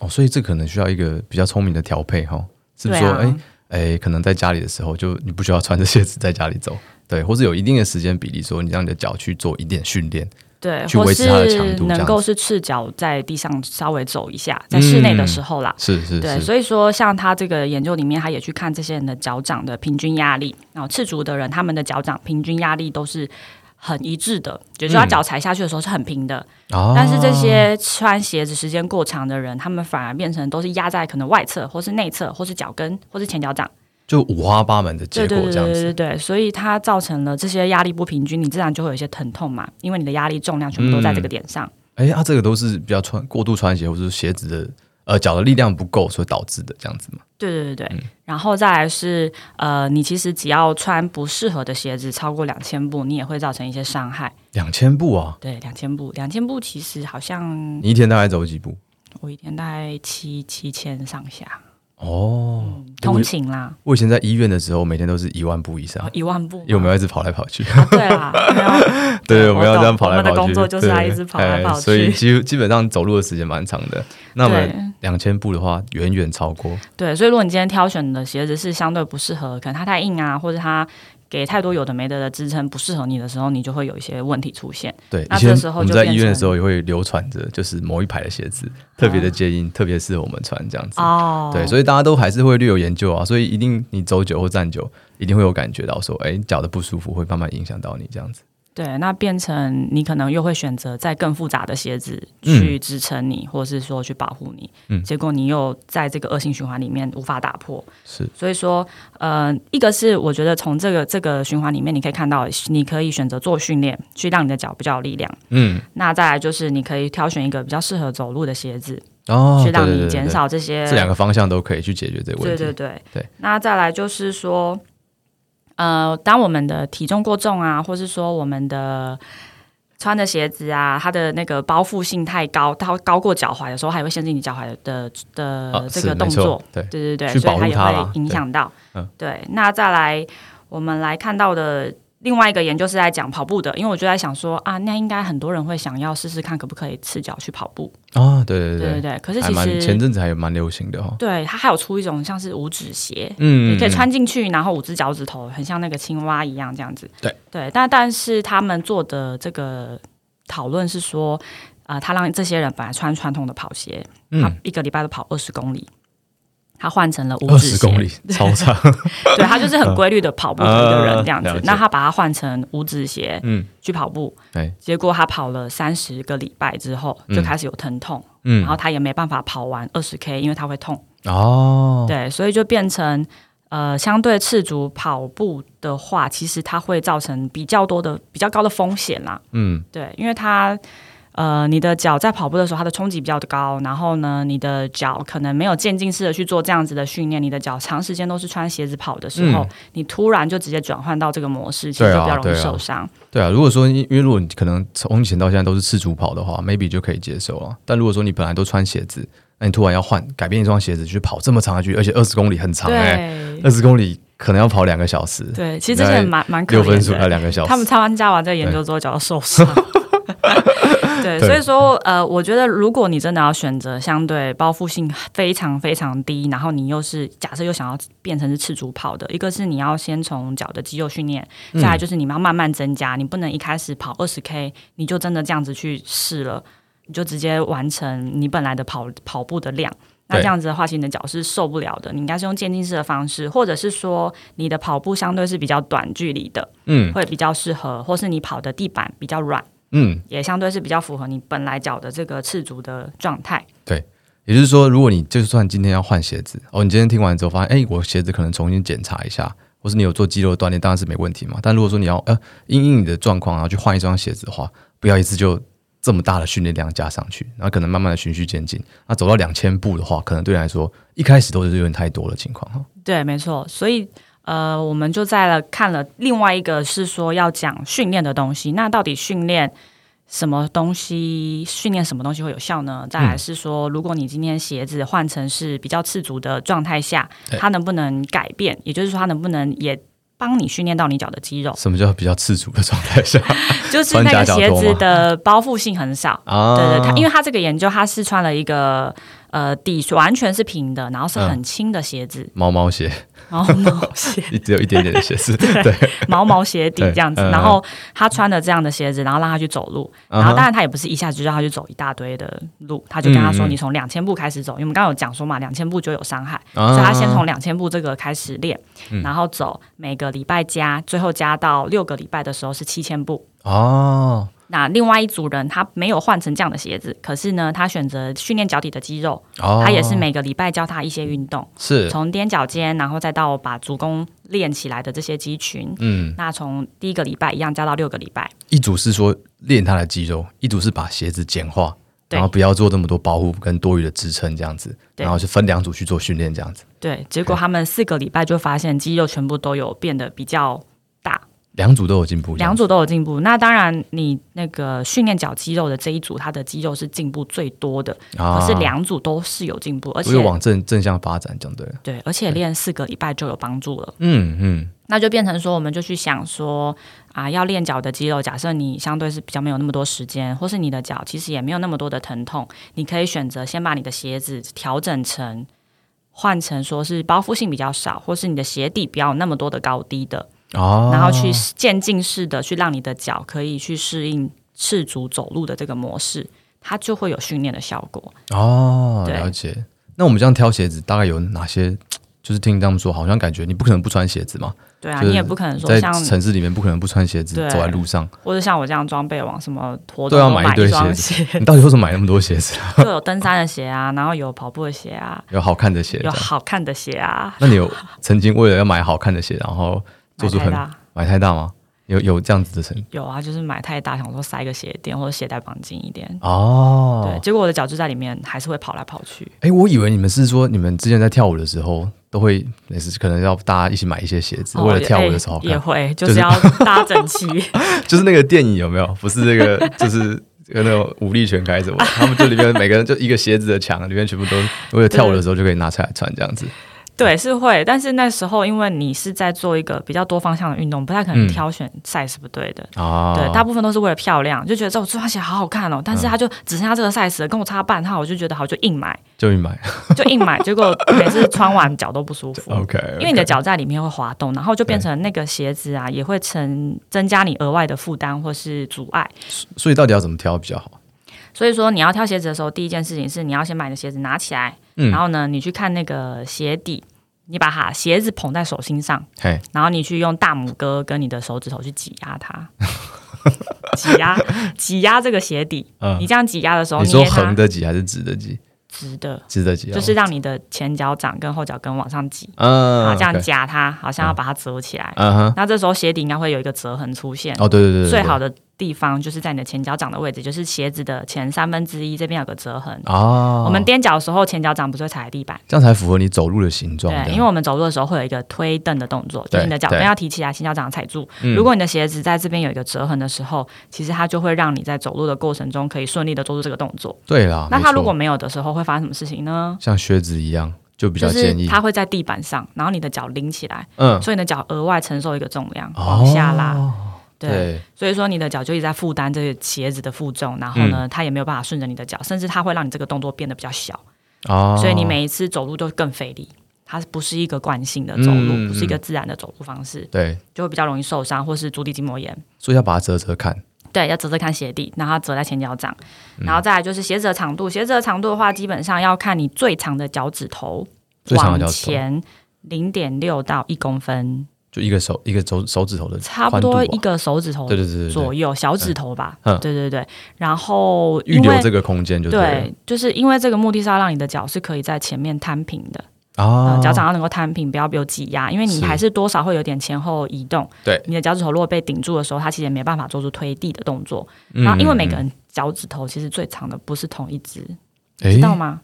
Speaker 2: 哦，所以这可能需要一个比较聪明的调配哈，是不
Speaker 1: 对
Speaker 2: 是说，
Speaker 1: 啊
Speaker 2: 哎、哎、可能在家里的时候就你不需要穿着鞋子在家里走， 对，或是有一定的时间比例，说你让你的脚去做一点训练，
Speaker 1: 对，
Speaker 2: 去
Speaker 1: 或
Speaker 2: 维持它的强
Speaker 1: 是
Speaker 2: 度这样
Speaker 1: 能
Speaker 2: 子
Speaker 1: 够是赤脚在地上稍微走一下，在室内的时候啦。
Speaker 2: 是嗯是
Speaker 1: 对，
Speaker 2: 是，
Speaker 1: 所以说像他这个研究里面，他也去看这些人的脚掌的平均压力。然后赤足的人，他们的脚掌平均压力都是很一致的，也就是
Speaker 2: 嗯
Speaker 1: 他脚踩下去的时候是很平的。
Speaker 2: 啊
Speaker 1: 但是这些穿鞋子时间过长的人，他们反而变成都是压在可能外侧，或是内侧，或是脚跟，或是前脚掌。
Speaker 2: 就五花八门的结
Speaker 1: 对对
Speaker 2: 果
Speaker 1: 对
Speaker 2: 这样
Speaker 1: 对
Speaker 2: 子，
Speaker 1: 对对，所以它造成了这些压力不平均，你自然就会有一些疼痛嘛，因为你的压力重量全部都在这个点上。
Speaker 2: 哎、啊，这个都是比较穿过度穿鞋或者是鞋子的呃脚的力量不够所导致的这样子嘛，
Speaker 1: 对对对对，
Speaker 2: 嗯
Speaker 1: 然后再来是呃，你其实只要穿不适合的鞋子超过两千步，你也会造成一些伤害。
Speaker 2: 两千步啊，
Speaker 1: 对，两千步，两千步其实好像
Speaker 2: 你一天大概走几步？
Speaker 1: 我一天大概七七千上下，嗯
Speaker 2: 哦，哎我
Speaker 1: 通勤啦，
Speaker 2: 我以前在医院的时候，每天都是一万步以上
Speaker 1: 哦，一万步嘛。
Speaker 2: 因为我们要一直跑来跑去。
Speaker 1: 啊对啦，没有
Speaker 2: 对，
Speaker 1: 对
Speaker 2: 我们
Speaker 1: 我
Speaker 2: 要
Speaker 1: 懂
Speaker 2: 这样跑来
Speaker 1: 我
Speaker 2: 跑
Speaker 1: 们
Speaker 2: 去，
Speaker 1: 的工作就是要
Speaker 2: 对
Speaker 1: 一直跑来
Speaker 2: 哎
Speaker 1: 跑去
Speaker 2: 所以基乎基本上走路的时间蛮长的。 那么
Speaker 1: 对
Speaker 2: 两千步的话，远远超过。
Speaker 1: 对，所以如果你今天挑选的鞋子是相对不适合，可能它太硬啊，或者它给太多有的没的的支撑，不适合你的时候，你就会有一些问题出现。
Speaker 2: 对，
Speaker 1: 那
Speaker 2: 以前
Speaker 1: 这时候
Speaker 2: 我们
Speaker 1: 就
Speaker 2: 在
Speaker 1: 变
Speaker 2: 医院的
Speaker 1: 成嗯
Speaker 2: 时候也会流传着，就是某一排的鞋子特别的接应，特别适合我们穿这样子。
Speaker 1: 哦
Speaker 2: 对，所以大家都还是会略有研究啊，所以一定你走久或站久，一定会有感觉到说，哎，脚的不舒服会慢慢影响到你这样子。
Speaker 1: 对，那变成你可能又会选择在更复杂的鞋子去支撑你，或者是说去保护你，
Speaker 2: 嗯
Speaker 1: 结果你又在这个恶性循环里面无法打破。
Speaker 2: 是
Speaker 1: 所以说，呃，一个是我觉得从这个这个循环里面，你可以看到，你可以选择做训练，去让你的脚比较有力量。
Speaker 2: 嗯，
Speaker 1: 那再来就是，你可以挑选一个比较适合走路的鞋子，
Speaker 2: 哦，
Speaker 1: 去让
Speaker 2: 对对
Speaker 1: 你
Speaker 2: 对
Speaker 1: 减
Speaker 2: 对
Speaker 1: 少这些
Speaker 2: 这两个方向都可以去解决这个问
Speaker 1: 对
Speaker 2: 题。
Speaker 1: 对对
Speaker 2: 对
Speaker 1: 那再来就是说，呃，当我们的体重过重啊，或是说我们的穿的鞋子啊，它的那个包覆性太高，它高过脚踝，有时候还会限制你脚踝的的
Speaker 2: 啊
Speaker 1: 这
Speaker 2: 是
Speaker 1: 个动
Speaker 2: 没错
Speaker 1: 作。
Speaker 2: 对
Speaker 1: 对对对，
Speaker 2: 去
Speaker 1: 所以
Speaker 2: 保
Speaker 1: 它
Speaker 2: 护
Speaker 1: 也
Speaker 2: 它啦
Speaker 1: 会影响到。
Speaker 2: 对嗯
Speaker 1: 对，那再来我们来看到的。另外一个研究是在讲跑步的，因为我就在想说啊，那应该很多人会想要试试看可不可以赤脚去跑步，
Speaker 2: 啊，对对
Speaker 1: 对
Speaker 2: 对，
Speaker 1: 对。可是
Speaker 2: 还
Speaker 1: 其
Speaker 2: 蛮
Speaker 1: 实
Speaker 2: 前阵子还蛮流行的哦。
Speaker 1: 对，它还有出一种像是五指鞋，
Speaker 2: 嗯，
Speaker 1: 你可以
Speaker 2: 嗯
Speaker 1: 穿进去，然后五只脚趾头很像那个青蛙一样这样子。
Speaker 2: 对
Speaker 1: 对，但但是他们做的这个讨论是说，啊，他让这些人本来穿传统的跑鞋，他
Speaker 2: 嗯
Speaker 1: 一个礼拜都跑二十公里。他换成了五
Speaker 2: 二
Speaker 1: 指
Speaker 2: 十
Speaker 1: 鞋，
Speaker 2: 公里超长，
Speaker 1: 对他就是很规律的跑步的一个人这样子。
Speaker 2: 嗯了解
Speaker 1: 那他把它换成五指鞋
Speaker 2: 嗯
Speaker 1: 去跑步，
Speaker 2: 对
Speaker 1: 结果他跑了三十个礼拜之后就开始有疼痛，然后
Speaker 2: 嗯
Speaker 1: 他也没办法跑完二十 K，因为他会痛。
Speaker 2: 哦，
Speaker 1: 对，所以就变成呃，相对赤足跑步的话，其实它会造成比较多的、比较高的风险啦。
Speaker 2: 嗯
Speaker 1: 对，因为它呃，你的脚在跑步的时候，它的冲击比较高，然后呢，你的脚可能没有渐进式的去做这样子的训练，你的脚长时间都是穿鞋子跑的时候，
Speaker 2: 嗯
Speaker 1: 你突然就直接转换到这个模式，其实
Speaker 2: 对
Speaker 1: 就
Speaker 2: 啊
Speaker 1: 比较容易
Speaker 2: 对啊
Speaker 1: 受伤。
Speaker 2: 对啊，如果说因因为如果你可能从以前到现在都是赤足跑的话，maybe 就可以接受了。但如果说你本来都穿鞋子，那你突然要换改变一双鞋子去跑这么长的距离，而且二十公里很长哎、
Speaker 1: 对
Speaker 2: 二十公里可能要跑两个小时，
Speaker 1: 对，其实这些人蛮蛮可
Speaker 2: 六分
Speaker 1: 怜
Speaker 2: 数要
Speaker 1: 的。
Speaker 2: 两个小时，
Speaker 1: 他们参加完这个研究之后，脚到受 伤。对，
Speaker 2: 对
Speaker 1: 所以说，呃，我觉得如果你真的要选择相对包覆性非常非常低，然后你又是假设又想要变成是赤足跑的，一个是你要先从脚的肌肉训练，
Speaker 2: 嗯
Speaker 1: 再来就是你们要慢慢增加，你不能一开始跑二十 K 你就真的这样子去试了，你就直接完成你本来的跑跑步的量。那
Speaker 2: 对
Speaker 1: 这样子的话，其实你的脚是受不了的。你应该是用渐进式的方式，或者是说你的跑步相对是比较短距离的，
Speaker 2: 嗯
Speaker 1: 会比较适合，或是你跑的地板比较软，
Speaker 2: 嗯，
Speaker 1: 也相对是比较符合你本来脚的这个赤足的状态。
Speaker 2: 也就是说，如果你就算今天要换鞋子，哦，你今天听完之后发现，哎、我鞋子可能重新检查一下，或是你有做肌肉的锻炼，当然是没问题嘛。但如果说你要呃，因应你的状况，然后去换一双鞋子的话，不要一次就这么大的训练量加上去，然后可能慢慢的循序渐进。那走到两千步的话，可能对你来说一开始都是有点太多的情况哈。哦
Speaker 1: 对，没错。所以呃，我们就在了看了另外一个是说要讲训练的东西。那到底训练什么东西？训练什么东西会有效呢？再
Speaker 2: 嗯
Speaker 1: 来是说，如果你今天鞋子换成是比较赤足的状态下，
Speaker 2: 对？
Speaker 1: 它能不能改变？也就是说，它能不能也帮你训练到你脚的肌肉
Speaker 2: 什么叫比较赤足的状 态下
Speaker 1: 就是那
Speaker 2: 穿
Speaker 1: 个
Speaker 2: 夹脚
Speaker 1: 鞋
Speaker 2: 拖
Speaker 1: 子
Speaker 2: 吗
Speaker 1: 的包覆性很少。
Speaker 2: 啊？
Speaker 1: 对对，他因
Speaker 2: 为
Speaker 1: 为他这个研究，他是穿了一个呃底完全是平的，然后是很轻的鞋子，
Speaker 2: 毛毛鞋，
Speaker 1: 然后 毛鞋
Speaker 2: 一只有一点点的鞋子，对，
Speaker 1: 毛毛鞋底
Speaker 2: 对
Speaker 1: 这样子，
Speaker 2: 嗯
Speaker 1: 然后他穿了这样的鞋子，然后让他去走路，然后当然他也不是一下就让他去走一大堆的路，他就跟他说
Speaker 2: 嗯嗯
Speaker 1: 你从两千步开始走，因为我们刚刚有讲说嘛，两千步就有伤害，
Speaker 2: 啊
Speaker 1: 所以他先从两千步这个开始练，然后走每个礼拜加，最后加到六个礼拜的时候是七千步，
Speaker 2: 哦，
Speaker 1: 那另外一组人他没有换成这样的鞋子，可是呢，他选择训练脚底的肌肉，
Speaker 2: 哦
Speaker 1: 他也是每个礼拜教他一些运动，
Speaker 2: 是，
Speaker 1: 从踮脚尖，然后再到把足弓练起来的这些肌群。
Speaker 2: 嗯，
Speaker 1: 那从第一个礼拜一样教到六个礼拜，
Speaker 2: 一组是说练他的肌肉，一组是把鞋子简化，
Speaker 1: 对
Speaker 2: 然后不要做这么多保护跟多余的支撑这样子，
Speaker 1: 对
Speaker 2: 然后是分两组去做训练这样子，
Speaker 1: 对，结果他们四个礼拜就发现肌肉全部都有变得比较大，
Speaker 2: 两组都有进步这样
Speaker 1: 两
Speaker 2: 子，
Speaker 1: 组都有进步。那当然，你那个训练脚肌肉的这一组，它的肌肉是进步最多的，
Speaker 2: 啊
Speaker 1: 可是两组都是有进步，而
Speaker 2: 都有
Speaker 1: 且
Speaker 2: 往正正向发展，讲对了，
Speaker 1: 对，而且练四个礼拜就有帮助了。
Speaker 2: 嗯嗯，
Speaker 1: 那就变成说，我们就去想说啊，要练脚的肌肉，假设你相对是比较没有那么多时间，或是你的脚其实也没有那么多的疼痛，你可以选择先把你的鞋子调整成换成说是包覆性比较少，或是你的鞋底不要有那么多的高低的，
Speaker 2: 哦，
Speaker 1: 然后去渐进式的去让你的脚可以去适应赤足走路的这个模式，它就会有训练的效果。
Speaker 2: 哦，
Speaker 1: 对
Speaker 2: 了解。那我们这样挑鞋子，大概有哪些就是听他们说，好像感觉你不可能不穿鞋子嘛，
Speaker 1: 对啊，
Speaker 2: 就是
Speaker 1: 你也不可能说
Speaker 2: 在
Speaker 1: 像
Speaker 2: 城市里面不可能不穿鞋子
Speaker 1: 对
Speaker 2: 走在路上，
Speaker 1: 或者像我这样装备网什么活动
Speaker 2: 都要
Speaker 1: 都
Speaker 2: 买一堆
Speaker 1: 一双
Speaker 2: 鞋
Speaker 1: 鞋，
Speaker 2: 你到底为什么买那么多鞋 子？
Speaker 1: 就有登山的鞋啊，然后有跑步的鞋啊，
Speaker 2: 有好看的鞋，这
Speaker 1: 有
Speaker 2: 样
Speaker 1: 好看的鞋啊，
Speaker 2: 那你有曾经为了要买好看的鞋，然后做出
Speaker 1: 买
Speaker 2: 很
Speaker 1: 太大
Speaker 2: 买太大吗？有有这样子的成
Speaker 1: 有啊，就是买太大，想说塞个鞋垫或者鞋带绑紧一点。对，
Speaker 2: 哦？
Speaker 1: 结果我的脚就在里面，还是会跑来跑去。
Speaker 2: 哎、我以为你们是说你们之前在跳舞的时候都会也是可能要大家一起买一些鞋子，为了跳舞的时候好
Speaker 1: 哦也哎也
Speaker 2: 看，
Speaker 1: 会，就
Speaker 2: 就是是
Speaker 1: 要搭整齐。
Speaker 2: 就是那个电影有没有？不是那个 就是。那种武力全开什 么，他们就里面每个人就一个鞋子的墙，里面全部都为了跳舞的时候就可以拿出来穿这样子。
Speaker 1: 对，是会，但是那时候因为你是在做一个比较多方向的运动，不太可能
Speaker 2: 嗯
Speaker 1: 挑选 size 不对的。
Speaker 2: 啊，
Speaker 1: 对，大部分都是为了漂亮，就觉得这我这双鞋好好看哦，但
Speaker 2: 嗯
Speaker 1: 是它就只剩下这个 size 了，跟我差半号，我就觉得好，就硬买，
Speaker 2: 就 你买
Speaker 1: 就硬买，结果每次穿完脚都不舒 服。
Speaker 2: ，OK，
Speaker 1: 因为你的脚在里面会滑动，然后就变成那个鞋子啊，也会成增加你额外的负担或是阻碍。
Speaker 2: 所以到底要怎么挑比较好？
Speaker 1: 所以说，你要挑鞋子的时候，第一件事情是你要先把你的鞋子拿起来，
Speaker 2: 嗯
Speaker 1: 然后呢，你去看那个鞋底，你把它鞋子捧在手心上，
Speaker 2: 嘿，
Speaker 1: 然后你去用大拇哥跟你的手指头去挤压 它，挤压挤压这个鞋底。
Speaker 2: 嗯
Speaker 1: 你，这样挤压的时候，
Speaker 2: 你说
Speaker 1: 捏它
Speaker 2: 横的挤还是直的挤？
Speaker 1: 直的，
Speaker 2: 直的挤
Speaker 1: 啊
Speaker 2: 啊，
Speaker 1: 就是让你的前脚掌跟后脚跟往上挤，然
Speaker 2: 啊
Speaker 1: 后这样
Speaker 2: OK
Speaker 1: 夹它，好像要把它折起来。
Speaker 2: 嗯哼，
Speaker 1: 那这时候鞋底应该会有一个折痕出现。
Speaker 2: 哦，对对对对，
Speaker 1: 最好
Speaker 2: 的
Speaker 1: 的地方就是在你的前脚掌的位置，就是鞋子的前三分之一这边有个折痕。
Speaker 2: 啊，
Speaker 1: 我们踮脚的时候，前脚掌不是会踩地板？
Speaker 2: 这样才符合你走路的形状，这
Speaker 1: 对，
Speaker 2: 样
Speaker 1: 因为我们走路的时候会有一个推蹬的动作，就是你的脚跟
Speaker 2: 对嗯
Speaker 1: 要提起来，前脚掌踩住。如果你的鞋子在这边有一个折痕的时候，其实它就会让你在走路的过程中可以顺利的做出这个动作。
Speaker 2: 对啦，
Speaker 1: 那
Speaker 2: 哦没
Speaker 1: 它
Speaker 2: 错
Speaker 1: 如果没有的时候，会发生什么事情呢？
Speaker 2: 像靴子一样，就比
Speaker 1: 就
Speaker 2: 较
Speaker 1: 是
Speaker 2: 建议，
Speaker 1: 它会在地板上，然后你的脚拎起来，
Speaker 2: 嗯，
Speaker 1: 所以你的脚额外承受一个重量
Speaker 2: 哦
Speaker 1: 往下拉。对，
Speaker 2: 对，
Speaker 1: 所以说你的脚就一直在负担这个鞋子的负重，然后
Speaker 2: 嗯
Speaker 1: 呢，它也没有办法顺着你的脚，甚至它会让你这个动作变得比较小。
Speaker 2: 啊，
Speaker 1: 所以你每一次走路就更费力。它不是一个惯性的走路，
Speaker 2: 嗯嗯
Speaker 1: 不是一个自然的走路方式，
Speaker 2: 对，
Speaker 1: 就会比较容易受伤或是足底筋膜炎。
Speaker 2: 所以要把它折折看，
Speaker 1: 对，要折折看鞋底，然后它折在前脚掌，
Speaker 2: 嗯
Speaker 1: 然后再来就是鞋子的长度。鞋子的长度的话，基本上要看你最长的脚趾头
Speaker 2: 最长的脚
Speaker 1: 往
Speaker 2: 趾头
Speaker 1: 前零点六到一公分，
Speaker 2: 就一个手一个手手指头的
Speaker 1: 差不
Speaker 2: 宽度
Speaker 1: 多
Speaker 2: 啊
Speaker 1: 一，个手指头
Speaker 2: 对对对对
Speaker 1: 左
Speaker 2: 对，
Speaker 1: 右，小指头吧。
Speaker 2: 嗯
Speaker 1: 对对对，然后
Speaker 2: 预
Speaker 1: 因为
Speaker 2: 留这个空间就了
Speaker 1: 对，就是因为这个目的是要让你的脚是可以在前面摊平的。
Speaker 2: 啊
Speaker 1: 呃，，脚掌要能够摊平，不要有挤压，因为你
Speaker 2: 是
Speaker 1: 还是多少会有点前后移动。
Speaker 2: 对
Speaker 1: 你的脚趾头如果被顶住的时候，它其实也没办法做出推地的动作。
Speaker 2: 嗯，
Speaker 1: 然后，因为每个
Speaker 2: 嗯
Speaker 1: 人脚趾头其实最长的不是同一只，
Speaker 2: 嗯
Speaker 1: 知
Speaker 2: 诶
Speaker 1: 道吗？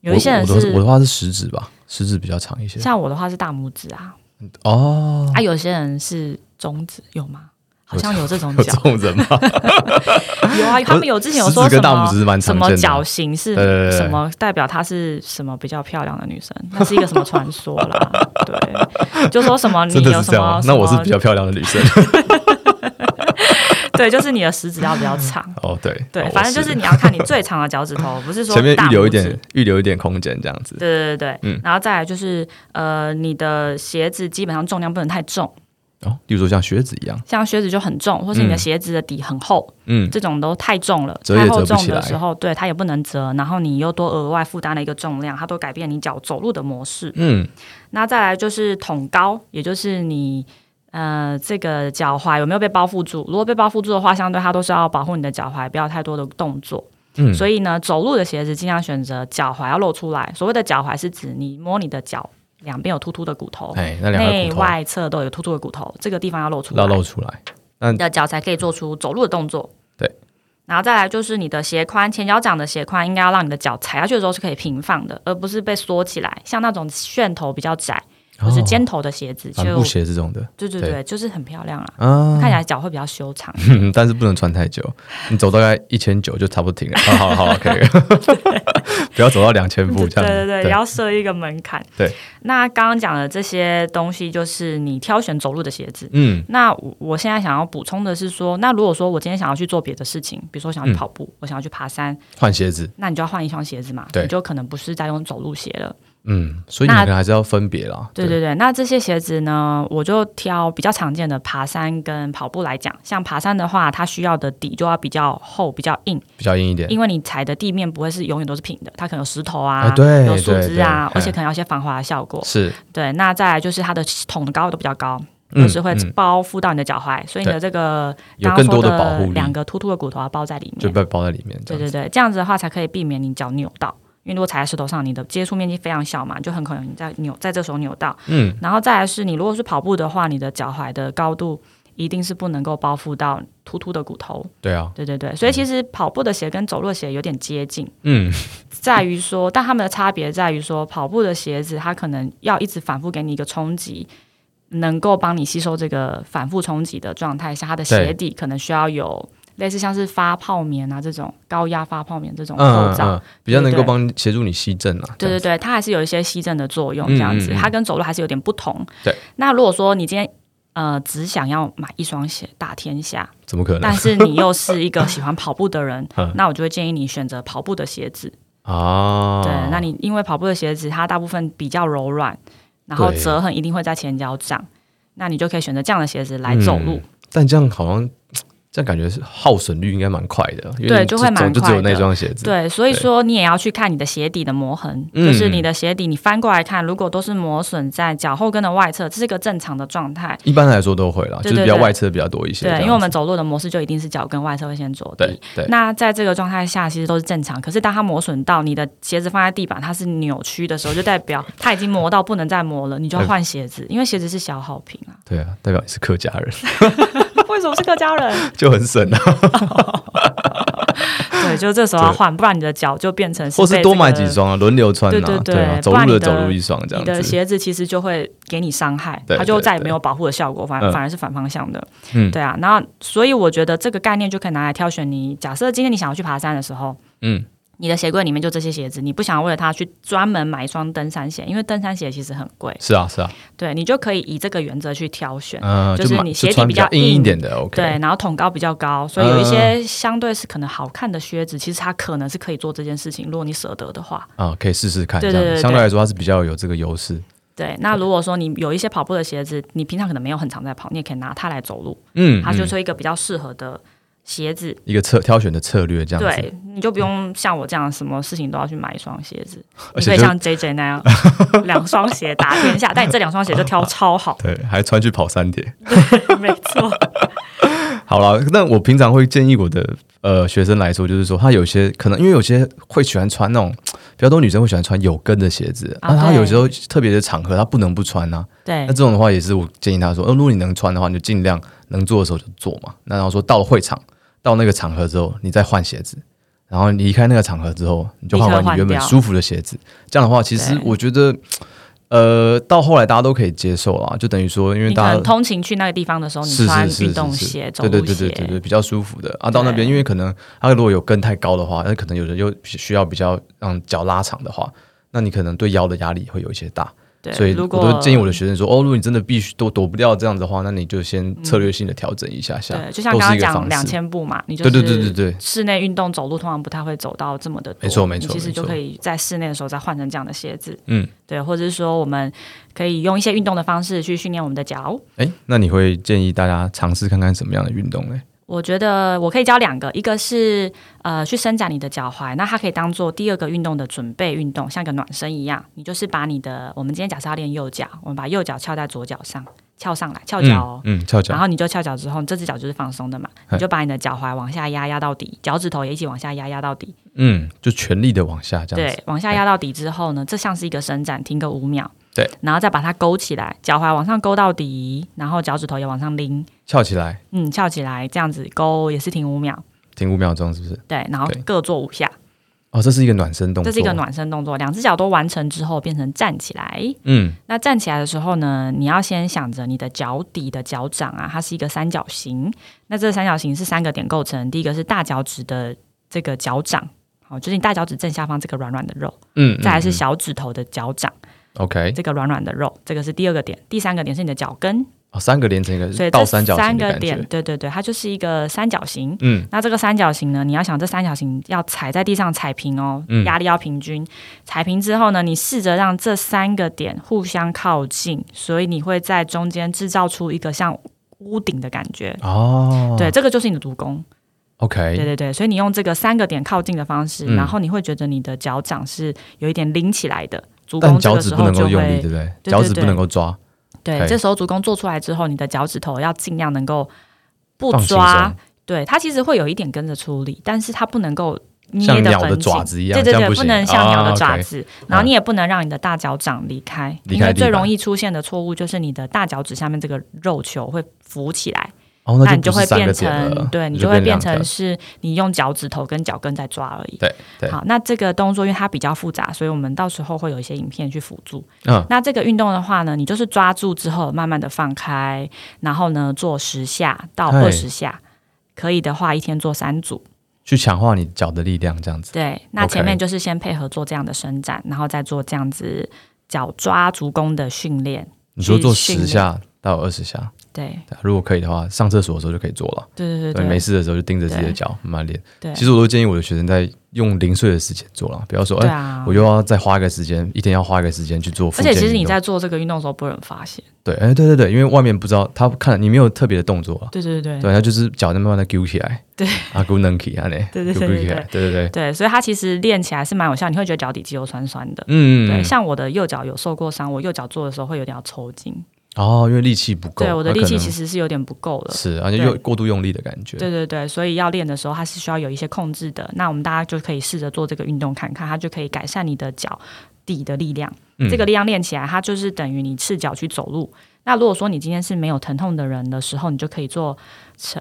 Speaker 1: 有一
Speaker 2: 我
Speaker 1: 些人
Speaker 2: 我的我
Speaker 1: 是
Speaker 2: 的话是食指吧，食指比较长一些，
Speaker 1: 像我的话是大拇指啊，
Speaker 2: 哦，
Speaker 1: 啊，有些人是中指，有吗？好像有这种
Speaker 2: 有这
Speaker 1: 脚，
Speaker 2: 种人吗？
Speaker 1: 有啊，他们有之前有
Speaker 2: 食
Speaker 1: 说
Speaker 2: 指
Speaker 1: 什
Speaker 2: 跟大拇指
Speaker 1: 么
Speaker 2: 是蛮
Speaker 1: 什
Speaker 2: 常
Speaker 1: 么
Speaker 2: 见的
Speaker 1: 脚
Speaker 2: 啊，
Speaker 1: 型是
Speaker 2: 对对对对
Speaker 1: 什么代表她是什么比较漂亮的女生，那是一个什么传说 啦？对，就说什么 你
Speaker 2: 真的
Speaker 1: 有
Speaker 2: 是
Speaker 1: 什
Speaker 2: 这样吗
Speaker 1: 么？？
Speaker 2: 那我
Speaker 1: 什
Speaker 2: 是
Speaker 1: 么
Speaker 2: 比较漂亮的女生
Speaker 1: 对，就是你的食指要比较 长。
Speaker 2: 哦，对
Speaker 1: 对
Speaker 2: 哦，
Speaker 1: 反
Speaker 2: 我
Speaker 1: 正就是你要看你最长的脚趾头，不是说
Speaker 2: 前面
Speaker 1: 大
Speaker 2: 预留一
Speaker 1: 拇指
Speaker 2: 点，预留一点空间这样子。
Speaker 1: 对对对对，
Speaker 2: 嗯
Speaker 1: 然后再来就是呃，你的鞋子基本上重量不能太重，
Speaker 2: 哦，例如说像靴子一样，
Speaker 1: 像靴子就很重，或是你的
Speaker 2: 嗯
Speaker 1: 鞋子的底很厚，
Speaker 2: 嗯，
Speaker 1: 这种都太重了，
Speaker 2: 折也
Speaker 1: 太厚
Speaker 2: 折不
Speaker 1: 重
Speaker 2: 起
Speaker 1: 的
Speaker 2: 来
Speaker 1: 时候，对它也不能折，然后你又多额外负担了一个重量，它都改变你脚走路的模式。
Speaker 2: 嗯，
Speaker 1: 那再来就是筒高，也就是你呃这个脚踝有没有被包覆住？如果被包覆住的话，相对它都是要保护你的脚踝，不要太多的动作。
Speaker 2: 嗯
Speaker 1: 所以呢，走路的鞋子尽量选择脚踝要露出来。所谓的脚踝是指你摸你的脚两边有突突的骨头，
Speaker 2: 哎，那两个
Speaker 1: 哦内
Speaker 2: 骨头
Speaker 1: 外侧都有突突的骨头，这个地方要露出来
Speaker 2: 要，露出来，
Speaker 1: 你的脚才可以做出走路的动作。
Speaker 2: 对。
Speaker 1: 然后再来就是你的鞋宽，前脚掌的鞋宽应该要让你的脚踩下去的时候是可以平放的，而不是被缩起来。像那种楦头比较窄，
Speaker 2: 哦
Speaker 1: 就是尖头的鞋子，
Speaker 2: 帆
Speaker 1: 就
Speaker 2: 布鞋这种的
Speaker 1: 对对
Speaker 2: 对
Speaker 1: 对，就是很漂亮啊，
Speaker 2: 啊，嗯
Speaker 1: 看起来脚会比较修长。
Speaker 2: 但是不能穿太久，你走大概一千九就差不多停了。啊好了好了，可以 了， 不要走到两千步
Speaker 1: 对
Speaker 2: 这样
Speaker 1: 对
Speaker 2: 子。
Speaker 1: 对，也要设一个门槛。
Speaker 2: 对，
Speaker 1: 那刚刚讲的这些东西，就是你挑选走路的鞋子。
Speaker 2: 嗯，
Speaker 1: 那我我现在想要补充的是说，那如果说我今天想要去做别的事情，比如说我想要去
Speaker 2: 嗯
Speaker 1: 跑步，我想要去爬山，
Speaker 2: 换鞋子，
Speaker 1: 那你就要换一双鞋子嘛，
Speaker 2: 对
Speaker 1: 你就可能不是在用走路鞋了，
Speaker 2: 嗯，所以
Speaker 1: 那
Speaker 2: 两个还是要分别啦。
Speaker 1: 对对对，那这些鞋子呢，我就挑比较常见的爬山跟跑步来讲。像爬山的话，它需要的底就要比较厚、比较硬，
Speaker 2: 比较硬一点。
Speaker 1: 因为你踩的地面不会是永远都是平的，它可能有石头啊，
Speaker 2: 啊对
Speaker 1: 有树枝啊，
Speaker 2: 对对
Speaker 1: 而且可能有一些防滑的效果。
Speaker 2: 是，
Speaker 1: 对，那再来就是它的筒高都比较高，
Speaker 2: 嗯
Speaker 1: 就是会
Speaker 2: 嗯
Speaker 1: 包覆到你的脚踝，所以你的这个
Speaker 2: 有
Speaker 1: 刚刚
Speaker 2: 更多
Speaker 1: 说
Speaker 2: 的保护力
Speaker 1: 两个突突的骨头要包在里
Speaker 2: 就
Speaker 1: 面。
Speaker 2: 被包在里面这
Speaker 1: 对
Speaker 2: 样
Speaker 1: 对
Speaker 2: 子。
Speaker 1: 对，这样子的话才可以避免你脚扭到。因为如果踩在石头上，你的接触面积非常小嘛，就很可能你在扭，在这时候扭到。
Speaker 2: 嗯，
Speaker 1: 然后再来是你如果是跑步的话，你的脚踝的高度一定是不能够包覆到突突的骨头。
Speaker 2: 对啊，
Speaker 1: 对对对，所以其实跑步的鞋跟走路的鞋有点接近，
Speaker 2: 嗯，
Speaker 1: 在于说，但它们的差别在于说，跑步的鞋子它可能要一直反复给你一个冲击，能够帮你吸收这个反复冲击的状态下，它的鞋底可能需要有类似像是发泡棉啊这种高压发泡棉这种构
Speaker 2: 嗯
Speaker 1: 造。
Speaker 2: 嗯，比较能够
Speaker 1: 对对
Speaker 2: 帮协助你吸震啊。
Speaker 1: 对
Speaker 2: 这
Speaker 1: 对
Speaker 2: 样子
Speaker 1: 对，它还是有一些吸震的作用，
Speaker 2: 嗯
Speaker 1: 这样子，
Speaker 2: 嗯嗯
Speaker 1: 它跟走路还是有点不同。
Speaker 2: 对，
Speaker 1: 那如果说你今天呃只想要买一双鞋打天下，
Speaker 2: 怎 么可能
Speaker 1: 但是你又是一个喜欢跑步的人
Speaker 2: 嗯，
Speaker 1: 那我就会建议你选择跑步的鞋子。
Speaker 2: 啊？
Speaker 1: 对，那你因为跑步的鞋子它大部分比较柔软，然后
Speaker 2: 对
Speaker 1: 折痕一定会在前脚掌，那你就可以选择这样的鞋子来走路。
Speaker 2: 嗯但这样好像这样感觉是耗损率应该蛮快的，因为
Speaker 1: 对
Speaker 2: 你
Speaker 1: 就会蛮
Speaker 2: 总就只有
Speaker 1: 快的
Speaker 2: 那双鞋子。
Speaker 1: 对，所以说你也要去看你的鞋底的磨痕，
Speaker 2: 嗯
Speaker 1: 就是你的鞋底，你翻过来看，如果都是磨损在脚后跟的外侧，这是一个正常的状态。
Speaker 2: 一般来说都会啦，
Speaker 1: 对
Speaker 2: 就是
Speaker 1: 对
Speaker 2: 比较
Speaker 1: 对
Speaker 2: 外侧比较多一些这
Speaker 1: 对
Speaker 2: 样，子。
Speaker 1: 因为我们走路的模式就一定是脚跟外侧会先着地
Speaker 2: 对。对
Speaker 1: 那在这个状态下，其实都是正常。可是当它磨损到你的鞋子放在地板，它是扭曲的时候，就代表它已经磨到不能再磨了，你就要换鞋子，因为鞋子是小好评 啊。
Speaker 2: 对啊，代表你是客家人
Speaker 1: 为什么是客家人？
Speaker 2: 就很省啊，
Speaker 1: 对，就这时候要
Speaker 2: 对
Speaker 1: 换，不然你的脚就变成
Speaker 2: 或
Speaker 1: 被
Speaker 2: 是
Speaker 1: 这
Speaker 2: 多
Speaker 1: 个
Speaker 2: 买几。双啊，轮流穿
Speaker 1: 对，
Speaker 2: 啊
Speaker 1: 对对
Speaker 2: 啊，走
Speaker 1: 不然
Speaker 2: 路的
Speaker 1: 你的
Speaker 2: 走路一双这
Speaker 1: 你
Speaker 2: 样
Speaker 1: 的
Speaker 2: 子。
Speaker 1: 鞋子其实就会给你伤害，
Speaker 2: 对
Speaker 1: 它就
Speaker 2: 对
Speaker 1: 再也没
Speaker 2: 对
Speaker 1: 有保护的效果，反
Speaker 2: 嗯
Speaker 1: 反而是反方向的。
Speaker 2: 嗯
Speaker 1: 对啊。然后，所以我觉得这个概念就可以拿来挑选你。假设今天你想要去爬山的时候，
Speaker 2: 嗯，
Speaker 1: 你的鞋柜里面就这些鞋子，你不想为了它去专门买一双登山鞋，因为登山鞋其实很贵。
Speaker 2: 是啊是啊，
Speaker 1: 对你就可以以这个原则去挑选。
Speaker 2: 嗯，
Speaker 1: 就是
Speaker 2: 买
Speaker 1: 你
Speaker 2: 就
Speaker 1: 鞋底
Speaker 2: 穿
Speaker 1: 比
Speaker 2: 比较
Speaker 1: 较
Speaker 2: 硬一
Speaker 1: 硬
Speaker 2: 点的，OK。嗯
Speaker 1: 对，然后筒高比较高，所以有一些相对是可能好看的靴子，其实它可能是可以做这件事情，如果你舍得的话。
Speaker 2: 啊，可以试试看，这
Speaker 1: 对对
Speaker 2: 样
Speaker 1: 对
Speaker 2: 相对
Speaker 1: 对
Speaker 2: 来说它是比较有这个优势。
Speaker 1: 对，那如果说你有一些跑步的鞋子，你平常可能没有很常在跑，你也可以拿它来走路，
Speaker 2: 嗯，
Speaker 1: 它就
Speaker 2: 嗯
Speaker 1: 是一个比较适合的鞋子。
Speaker 2: 一个策挑选的策略这样子，
Speaker 1: 对，你就不用像我这样，什么事情都要去买一双鞋子，
Speaker 2: 而
Speaker 1: 你
Speaker 2: 且
Speaker 1: 可以
Speaker 2: 就，
Speaker 1: 像 J J 那样，两双鞋打天下，但你这两双鞋就挑超好
Speaker 2: 对，还穿去跑山铁。
Speaker 1: 没错，
Speaker 2: 好了，那我平常会建议我的呃学生来说，就是说他有些可能因为有些会喜欢穿那种，比较多女生会喜欢穿有跟的鞋子，
Speaker 1: 啊
Speaker 2: 啊，他
Speaker 1: 对
Speaker 2: 有时候特别的场合他不能不穿呐、
Speaker 1: 对
Speaker 2: 那这种的话也是我建议他说，呃，如果你能穿的话，你就尽量能做的时候就做嘛。那然后说到了会场，到那个场合之后，你再换鞋子。然后你离开那个场合之后，你就换完
Speaker 1: 立刻
Speaker 2: 你
Speaker 1: 换
Speaker 2: 原本
Speaker 1: 掉
Speaker 2: 舒服的鞋子。这样的话，其实
Speaker 1: 对
Speaker 2: 我觉得，呃，到后来大家都可以接受啦，就等于说，因为
Speaker 1: 你
Speaker 2: 大
Speaker 1: 可
Speaker 2: 家
Speaker 1: 能通勤去那个地方的时候，你
Speaker 2: 是
Speaker 1: 穿
Speaker 2: 是是
Speaker 1: 运动
Speaker 2: 是是
Speaker 1: 鞋、走
Speaker 2: 对对
Speaker 1: 路
Speaker 2: 对对
Speaker 1: 鞋，
Speaker 2: 对对，比较舒服的啊。到那边，
Speaker 1: 对
Speaker 2: 因为可能它如果有跟太高的话，那可能有人又需要比较让脚拉长的话，那你可能对腰的压力会有一些大。
Speaker 1: 对
Speaker 2: 所以
Speaker 1: 如
Speaker 2: 我
Speaker 1: 果
Speaker 2: 都建议我的学生说，哦，如果你真的必须都躲不掉这样的话，那你就
Speaker 1: 嗯
Speaker 2: 先策略性的调整一下下，
Speaker 1: 对，就像
Speaker 2: 都
Speaker 1: 刚刚
Speaker 2: 是一个
Speaker 1: 讲两
Speaker 2: 方式。
Speaker 1: 千步嘛，你就
Speaker 2: 对
Speaker 1: 是
Speaker 2: 对对对对，
Speaker 1: 室内运动走路通常不太会走到这么的多，
Speaker 2: 没错没错
Speaker 1: 你其实
Speaker 2: 没错
Speaker 1: 就可以在室内的时候再换成这样的鞋子，
Speaker 2: 嗯，
Speaker 1: 对，或者是说我们可以用一些运动的方式去训练我们的脚。
Speaker 2: 哎，那你会建议大家尝试看看什么样的运动呢？
Speaker 1: 我觉得我可以教两个，一个是呃去伸展你的脚踝，那它可以当做第二个运动的准备运动，像一个暖身一样。你就是把你的，我们今天假设要练右脚，我们把右脚翘在左脚上，翘上来，翘脚哦。
Speaker 2: 嗯，嗯，翘脚
Speaker 1: 然，后你就翘脚之后，你这只脚就是放松的嘛，
Speaker 2: 嘿
Speaker 1: 你就把你的脚踝往下压，压到底，脚趾头也一起往下压，压到底。
Speaker 2: 嗯，就全力的往下这样子
Speaker 1: 对，，往下压到底之后呢，这像是一个伸展，停个五秒。
Speaker 2: 对，
Speaker 1: 然后再把它勾起来，脚踝往上勾到底，然后脚趾头也往上拎，
Speaker 2: 翘起来，
Speaker 1: 嗯，翘起来，这样子勾也是停五秒。
Speaker 2: 停五秒钟，是不是？
Speaker 1: 对，然后
Speaker 2: 对
Speaker 1: 各做五下，
Speaker 2: 哦，这是一个暖身动作，
Speaker 1: 这是一个，暖身动作。两只脚都完成之后，变成站起来。
Speaker 2: 嗯，
Speaker 1: 那站起来的时候呢，你要先想着你的脚底的脚掌啊，它是一个三角形。那这个三角形是三个点构成，第一个是大脚趾的这个脚掌，好，就是你大脚趾正下方这个软软的肉，
Speaker 2: 嗯，
Speaker 1: 再来是
Speaker 2: 嗯
Speaker 1: 小指头的脚掌，
Speaker 2: 嗯 OK，
Speaker 1: 这个软软的肉，这个是第二个点。第三个点是你的脚跟，
Speaker 2: 哦，三个连成一
Speaker 1: 所以这
Speaker 2: 个倒三角
Speaker 1: 三
Speaker 2: 形的
Speaker 1: 个
Speaker 2: 感
Speaker 1: 点
Speaker 2: 觉，，
Speaker 1: 对对对，它就是一个三角形。
Speaker 2: 嗯，
Speaker 1: 那这个三角形呢，你要想这三角形要踩在地上踩平哦
Speaker 2: 嗯，
Speaker 1: 压力要平均。踩平之后呢，你试着让这三个点互相靠近，所以你会在中间制造出一个像屋顶的感觉。
Speaker 2: 哦，
Speaker 1: 对，这个就是你的足弓。对
Speaker 2: ，OK，
Speaker 1: 对对，所以你用这个三个点靠近的方式，
Speaker 2: 嗯
Speaker 1: 然后你会觉得你的脚掌是有一点拎起来的，足
Speaker 2: 但
Speaker 1: 弓这
Speaker 2: 脚
Speaker 1: 个
Speaker 2: 趾
Speaker 1: 时
Speaker 2: 不
Speaker 1: 候
Speaker 2: 能
Speaker 1: 就
Speaker 2: 够用力，
Speaker 1: 会
Speaker 2: 对不对？
Speaker 1: 对
Speaker 2: 脚趾不
Speaker 1: 对
Speaker 2: 能够抓，
Speaker 1: 对
Speaker 2: 可以，
Speaker 1: 这时候足弓做出来之后，你的脚趾头要尽量能够不
Speaker 2: 放轻
Speaker 1: 抓
Speaker 2: 松，
Speaker 1: 对，它其实会有一点跟着出力，但是它不能够捏
Speaker 2: 像
Speaker 1: 的
Speaker 2: 鸟的
Speaker 1: 很紧
Speaker 2: 爪。子一样，
Speaker 1: 对对
Speaker 2: 这样
Speaker 1: 对，
Speaker 2: 不
Speaker 1: 不
Speaker 2: 行
Speaker 1: 能像鸟的爪。
Speaker 2: 啊，OK
Speaker 1: 子，然后你也不能让你的大脚掌离开，
Speaker 2: 离
Speaker 1: 因
Speaker 2: 开
Speaker 1: 为
Speaker 2: 地
Speaker 1: 最
Speaker 2: 板
Speaker 1: 容易出现的错误就是你的大脚趾下面这个肉球会浮起来，
Speaker 2: 哦，
Speaker 1: 那
Speaker 2: 那
Speaker 1: 你就
Speaker 2: 不
Speaker 1: 会
Speaker 2: 是三
Speaker 1: 变
Speaker 2: 个点了
Speaker 1: 成，对你
Speaker 2: 就
Speaker 1: 就会变
Speaker 2: 两个
Speaker 1: 成是你用脚趾头跟脚跟在抓而已。
Speaker 2: 对对
Speaker 1: 好，那这个动作因为它比较复杂，所以我们到时候会有一些影片去辅助。
Speaker 2: 嗯
Speaker 1: 那这个运动的话呢，你就是抓住之后慢慢的放开，然后呢做十下到
Speaker 2: 嗨
Speaker 1: 二十下，可以的话一天做三组。
Speaker 2: 去强化你脚的力量，这样子。
Speaker 1: 对，那
Speaker 2: OK
Speaker 1: 前面就是先配合做这样的伸展，然后再做这样子脚抓足弓的训练。
Speaker 2: 你说做
Speaker 1: 去训
Speaker 2: 十下到二十下，
Speaker 1: 对，
Speaker 2: 对啊如果可以的话，上厕所的时候就可以做了。
Speaker 1: 对对
Speaker 2: 对，
Speaker 1: 对
Speaker 2: 没
Speaker 1: 对，
Speaker 2: 事的时候就盯着自己的脚慢慢练。
Speaker 1: 对，
Speaker 2: 其实我都建议我的学生在用零碎的时间做了，不要说
Speaker 1: 对
Speaker 2: 哎，
Speaker 1: 啊
Speaker 2: 我。又要再花一个时间，一天要花一个时间去做复
Speaker 1: 而
Speaker 2: 健
Speaker 1: 且
Speaker 2: 运动。
Speaker 1: 其实你在做这个运动的时候，不会有人发现。
Speaker 2: 对，哎，对对对，因为外面不知道他看你没有特别的动作啊，
Speaker 1: 对对对
Speaker 2: 对，他就是脚在慢慢的揪起来，
Speaker 1: 嗯对
Speaker 2: 啊，勾能起啊呢，
Speaker 1: 对对对
Speaker 2: 勾起来，对对对，
Speaker 1: 对，所以它其实练起来是蛮有效，你会觉得脚底肌肉酸酸的。
Speaker 2: 嗯，
Speaker 1: 对，像我的右脚有受过伤，我右脚做的时候会有点要抽筋。
Speaker 2: 哦，因为力气不够，
Speaker 1: 对，我的
Speaker 2: 它
Speaker 1: 力
Speaker 2: 可
Speaker 1: 气
Speaker 2: 能
Speaker 1: 其实是有点不够的。
Speaker 2: 是，而且
Speaker 1: 对
Speaker 2: 又过度用力的感觉，
Speaker 1: 对对对，所以要练的时候，它是需要有一些控制的。那我们大家就可以试着做这个运动看看，它就可以改善你的脚底的力量。
Speaker 2: 嗯
Speaker 1: 这个力量练起来，它就是等于你赤脚去走路。那如果说你今天是没有疼痛的人的时候，你就可以做，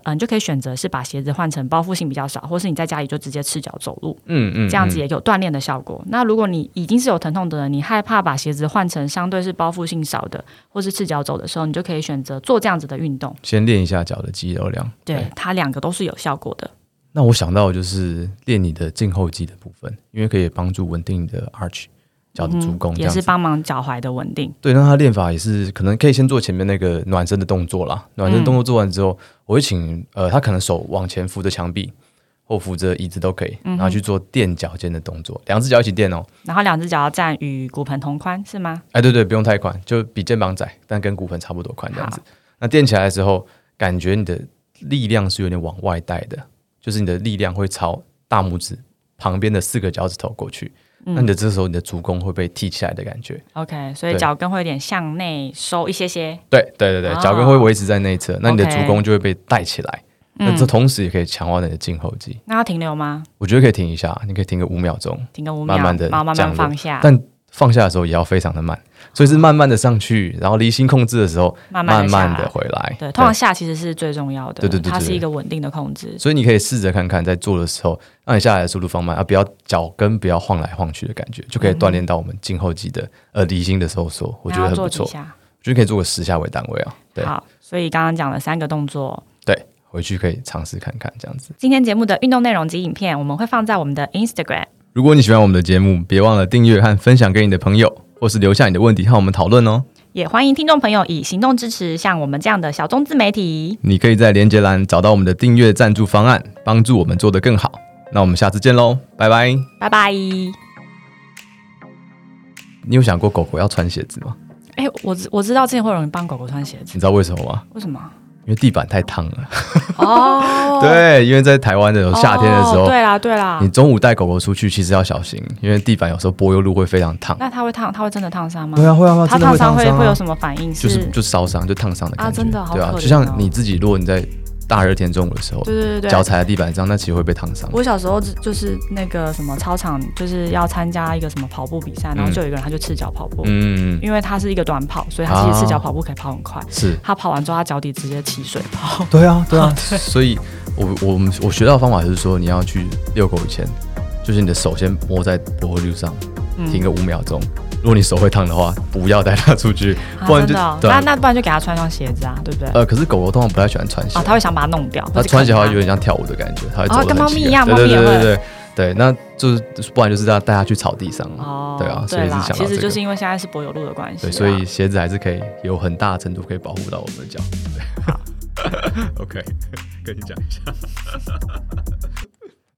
Speaker 1: 嗯、你就可以选择是把鞋子换成包覆性比较少，或是你在家里就直接赤脚走路。
Speaker 2: 嗯嗯，
Speaker 1: 这样子
Speaker 2: 嗯
Speaker 1: 也有锻炼的效果。那如果你已经是有疼痛的人，你害怕把鞋子换成相对是包覆性少的，或是赤脚走的时候，你就可以选择做这样子的运动。
Speaker 2: 先练一下脚的肌肉量。
Speaker 1: 对，它两个都是有效果的。
Speaker 2: 那我想到的就是练你的胫后肌的部分，因为可以帮助稳定你的 arch 脚的足弓，这
Speaker 1: 嗯也
Speaker 2: 样
Speaker 1: 是
Speaker 2: 子。
Speaker 1: 帮忙脚踝的稳定。
Speaker 2: 对，那他练法也是可能可以先做前面那个暖身的动作啦，暖身动作做完之后，我会请呃他可能手往前扶着墙壁或扶着椅子都可以，然后去做垫脚尖的动作，两只脚一起垫哦。
Speaker 1: 然后两只脚要站与骨盆同宽，是吗？
Speaker 2: 哎，对对，不用太宽，就比肩膀窄，但跟骨盆差不多宽这样子。那垫起来的时候，感觉你的力量是有点往外带的，就是你的力量会朝大拇指旁边的四个脚趾头过去。那你的这时候，你的足弓会被踢起来的感觉。
Speaker 1: OK，所以
Speaker 2: 对
Speaker 1: 脚跟会有点向内收一些些。
Speaker 2: 对对对对，
Speaker 1: 哦
Speaker 2: 脚跟会维持在内侧，那你的
Speaker 1: OK 嗯
Speaker 2: 足弓就会被带起来。那这同时也可以强化你的胫后肌。
Speaker 1: 那要停留吗？
Speaker 2: 我觉得可以停一下，你可以停个五秒钟，
Speaker 1: 停个五秒，
Speaker 2: 慢慢地
Speaker 1: 然后慢
Speaker 2: 降
Speaker 1: 慢
Speaker 2: 落
Speaker 1: 放下，
Speaker 2: 但放下的时候也要非常的慢，所以是慢慢的上去，然后离心控制的时候
Speaker 1: 慢慢
Speaker 2: 慢
Speaker 1: 地
Speaker 2: 慢
Speaker 1: 下
Speaker 2: 的
Speaker 1: 来。
Speaker 2: 回来。
Speaker 1: 对，通常下其实是最重要的，
Speaker 2: 对对对对
Speaker 1: 它是
Speaker 2: 对
Speaker 1: 一个稳定的控制。
Speaker 2: 所以你可以试着看看，在做的时候，让你下来的速度放慢，啊，不要脚跟不要晃来晃去的感觉，就可以锻炼到我们胫后肌的呃离心的收缩，我觉
Speaker 1: 那要
Speaker 2: 得很
Speaker 1: 嗯做
Speaker 2: 不
Speaker 1: 几
Speaker 2: 错。
Speaker 1: 下？
Speaker 2: 我觉得可以做个十下为单位啊，对
Speaker 1: 好，所以刚刚讲了三个动作，
Speaker 2: 对，回去可以尝试看看这样子。
Speaker 1: 今天节目的运动内容及影片，我们会放在我们的 Instagram。
Speaker 2: 如果你喜欢我们的节目，别忘了订阅和分享给你的朋友，或是留下你的问题和我们讨论哦。
Speaker 1: 也欢迎听众朋友以行动支持像我们这样的小众自媒体。
Speaker 2: 你可以在连接栏找到我们的订阅赞助方案，帮助我们做得更好。那我们下次见喽，拜拜！
Speaker 1: 拜拜。
Speaker 2: 你有想过狗狗要穿鞋子吗？
Speaker 1: 哎、我知我知道之前会有人帮狗狗穿鞋子，
Speaker 2: 你知道为什么吗？
Speaker 1: 为什么？
Speaker 2: 因为地板太烫了。，
Speaker 1: 哦
Speaker 2: 对，因为在台湾的时候，夏天的时候，
Speaker 1: 哦对啦对啦
Speaker 2: 你，中午带狗狗出去，其实要小心，因为地板有时候柏油路会非常烫。
Speaker 1: 那它会烫，它会真的烫伤吗？
Speaker 2: 会啊会啊会啊，
Speaker 1: 它
Speaker 2: 真的
Speaker 1: 烫伤
Speaker 2: 会烫
Speaker 1: 会
Speaker 2: 伤
Speaker 1: 会有
Speaker 2: 啊，
Speaker 1: 什么反应？
Speaker 2: 就是就烧伤就烫伤的感觉，
Speaker 1: 啊真的好
Speaker 2: 对啊，
Speaker 1: 可怜
Speaker 2: 就像
Speaker 1: 哦
Speaker 2: 你自己，如果你在大热天中午的时候，
Speaker 1: 对对对
Speaker 2: 脚
Speaker 1: 对。
Speaker 2: 踩在地板上，那其实会被烫伤。
Speaker 1: 我小时候就就是那个什么操场，就是要参加一个什么跑步比赛，然后就有一个人他就赤脚跑步，
Speaker 2: 嗯，
Speaker 1: 因为他是一个短跑，所以他其实赤脚跑步可以跑很快。
Speaker 2: 是，
Speaker 1: 他跑完之后，他脚底直接起水泡。
Speaker 2: 对啊，对啊，所以我我们我学到的方法就是说，你要去遛狗以前，就是你的手先摸在柏油路上，
Speaker 1: 嗯
Speaker 2: 停个五秒钟。如果你手会烫的话，不要带它出去，
Speaker 1: 啊
Speaker 2: 不然
Speaker 1: 真
Speaker 2: 就
Speaker 1: 的哦、
Speaker 2: 对啊
Speaker 1: 那那不然就给他穿双鞋子啊，对不对？
Speaker 2: 呃，可是狗狗通常不太喜欢穿鞋
Speaker 1: 啊，，他会想把它弄掉。
Speaker 2: 它
Speaker 1: 或是
Speaker 2: 穿起来
Speaker 1: 啃
Speaker 2: 会有点像跳舞的感觉，它会
Speaker 1: 哦
Speaker 2: 走的
Speaker 1: 跟
Speaker 2: 很
Speaker 1: 猫
Speaker 2: 奇
Speaker 1: 咪
Speaker 2: 怪
Speaker 1: 一样
Speaker 2: 对
Speaker 1: 猫
Speaker 2: 对
Speaker 1: 咪也
Speaker 2: 对对
Speaker 1: 会
Speaker 2: 对，对，那就是不然就是让大家去草地上嘛，
Speaker 1: 哦，
Speaker 2: 对啊，所以是
Speaker 1: 啦
Speaker 2: 想，到
Speaker 1: 其
Speaker 2: 这
Speaker 1: 实
Speaker 2: 个。
Speaker 1: 就是因为现在是柏油路的关系啊
Speaker 2: 对，
Speaker 1: 啦，
Speaker 2: 所以鞋子还是可以有很大程度可以 保护到我们的脚。对，OK，跟你讲一下。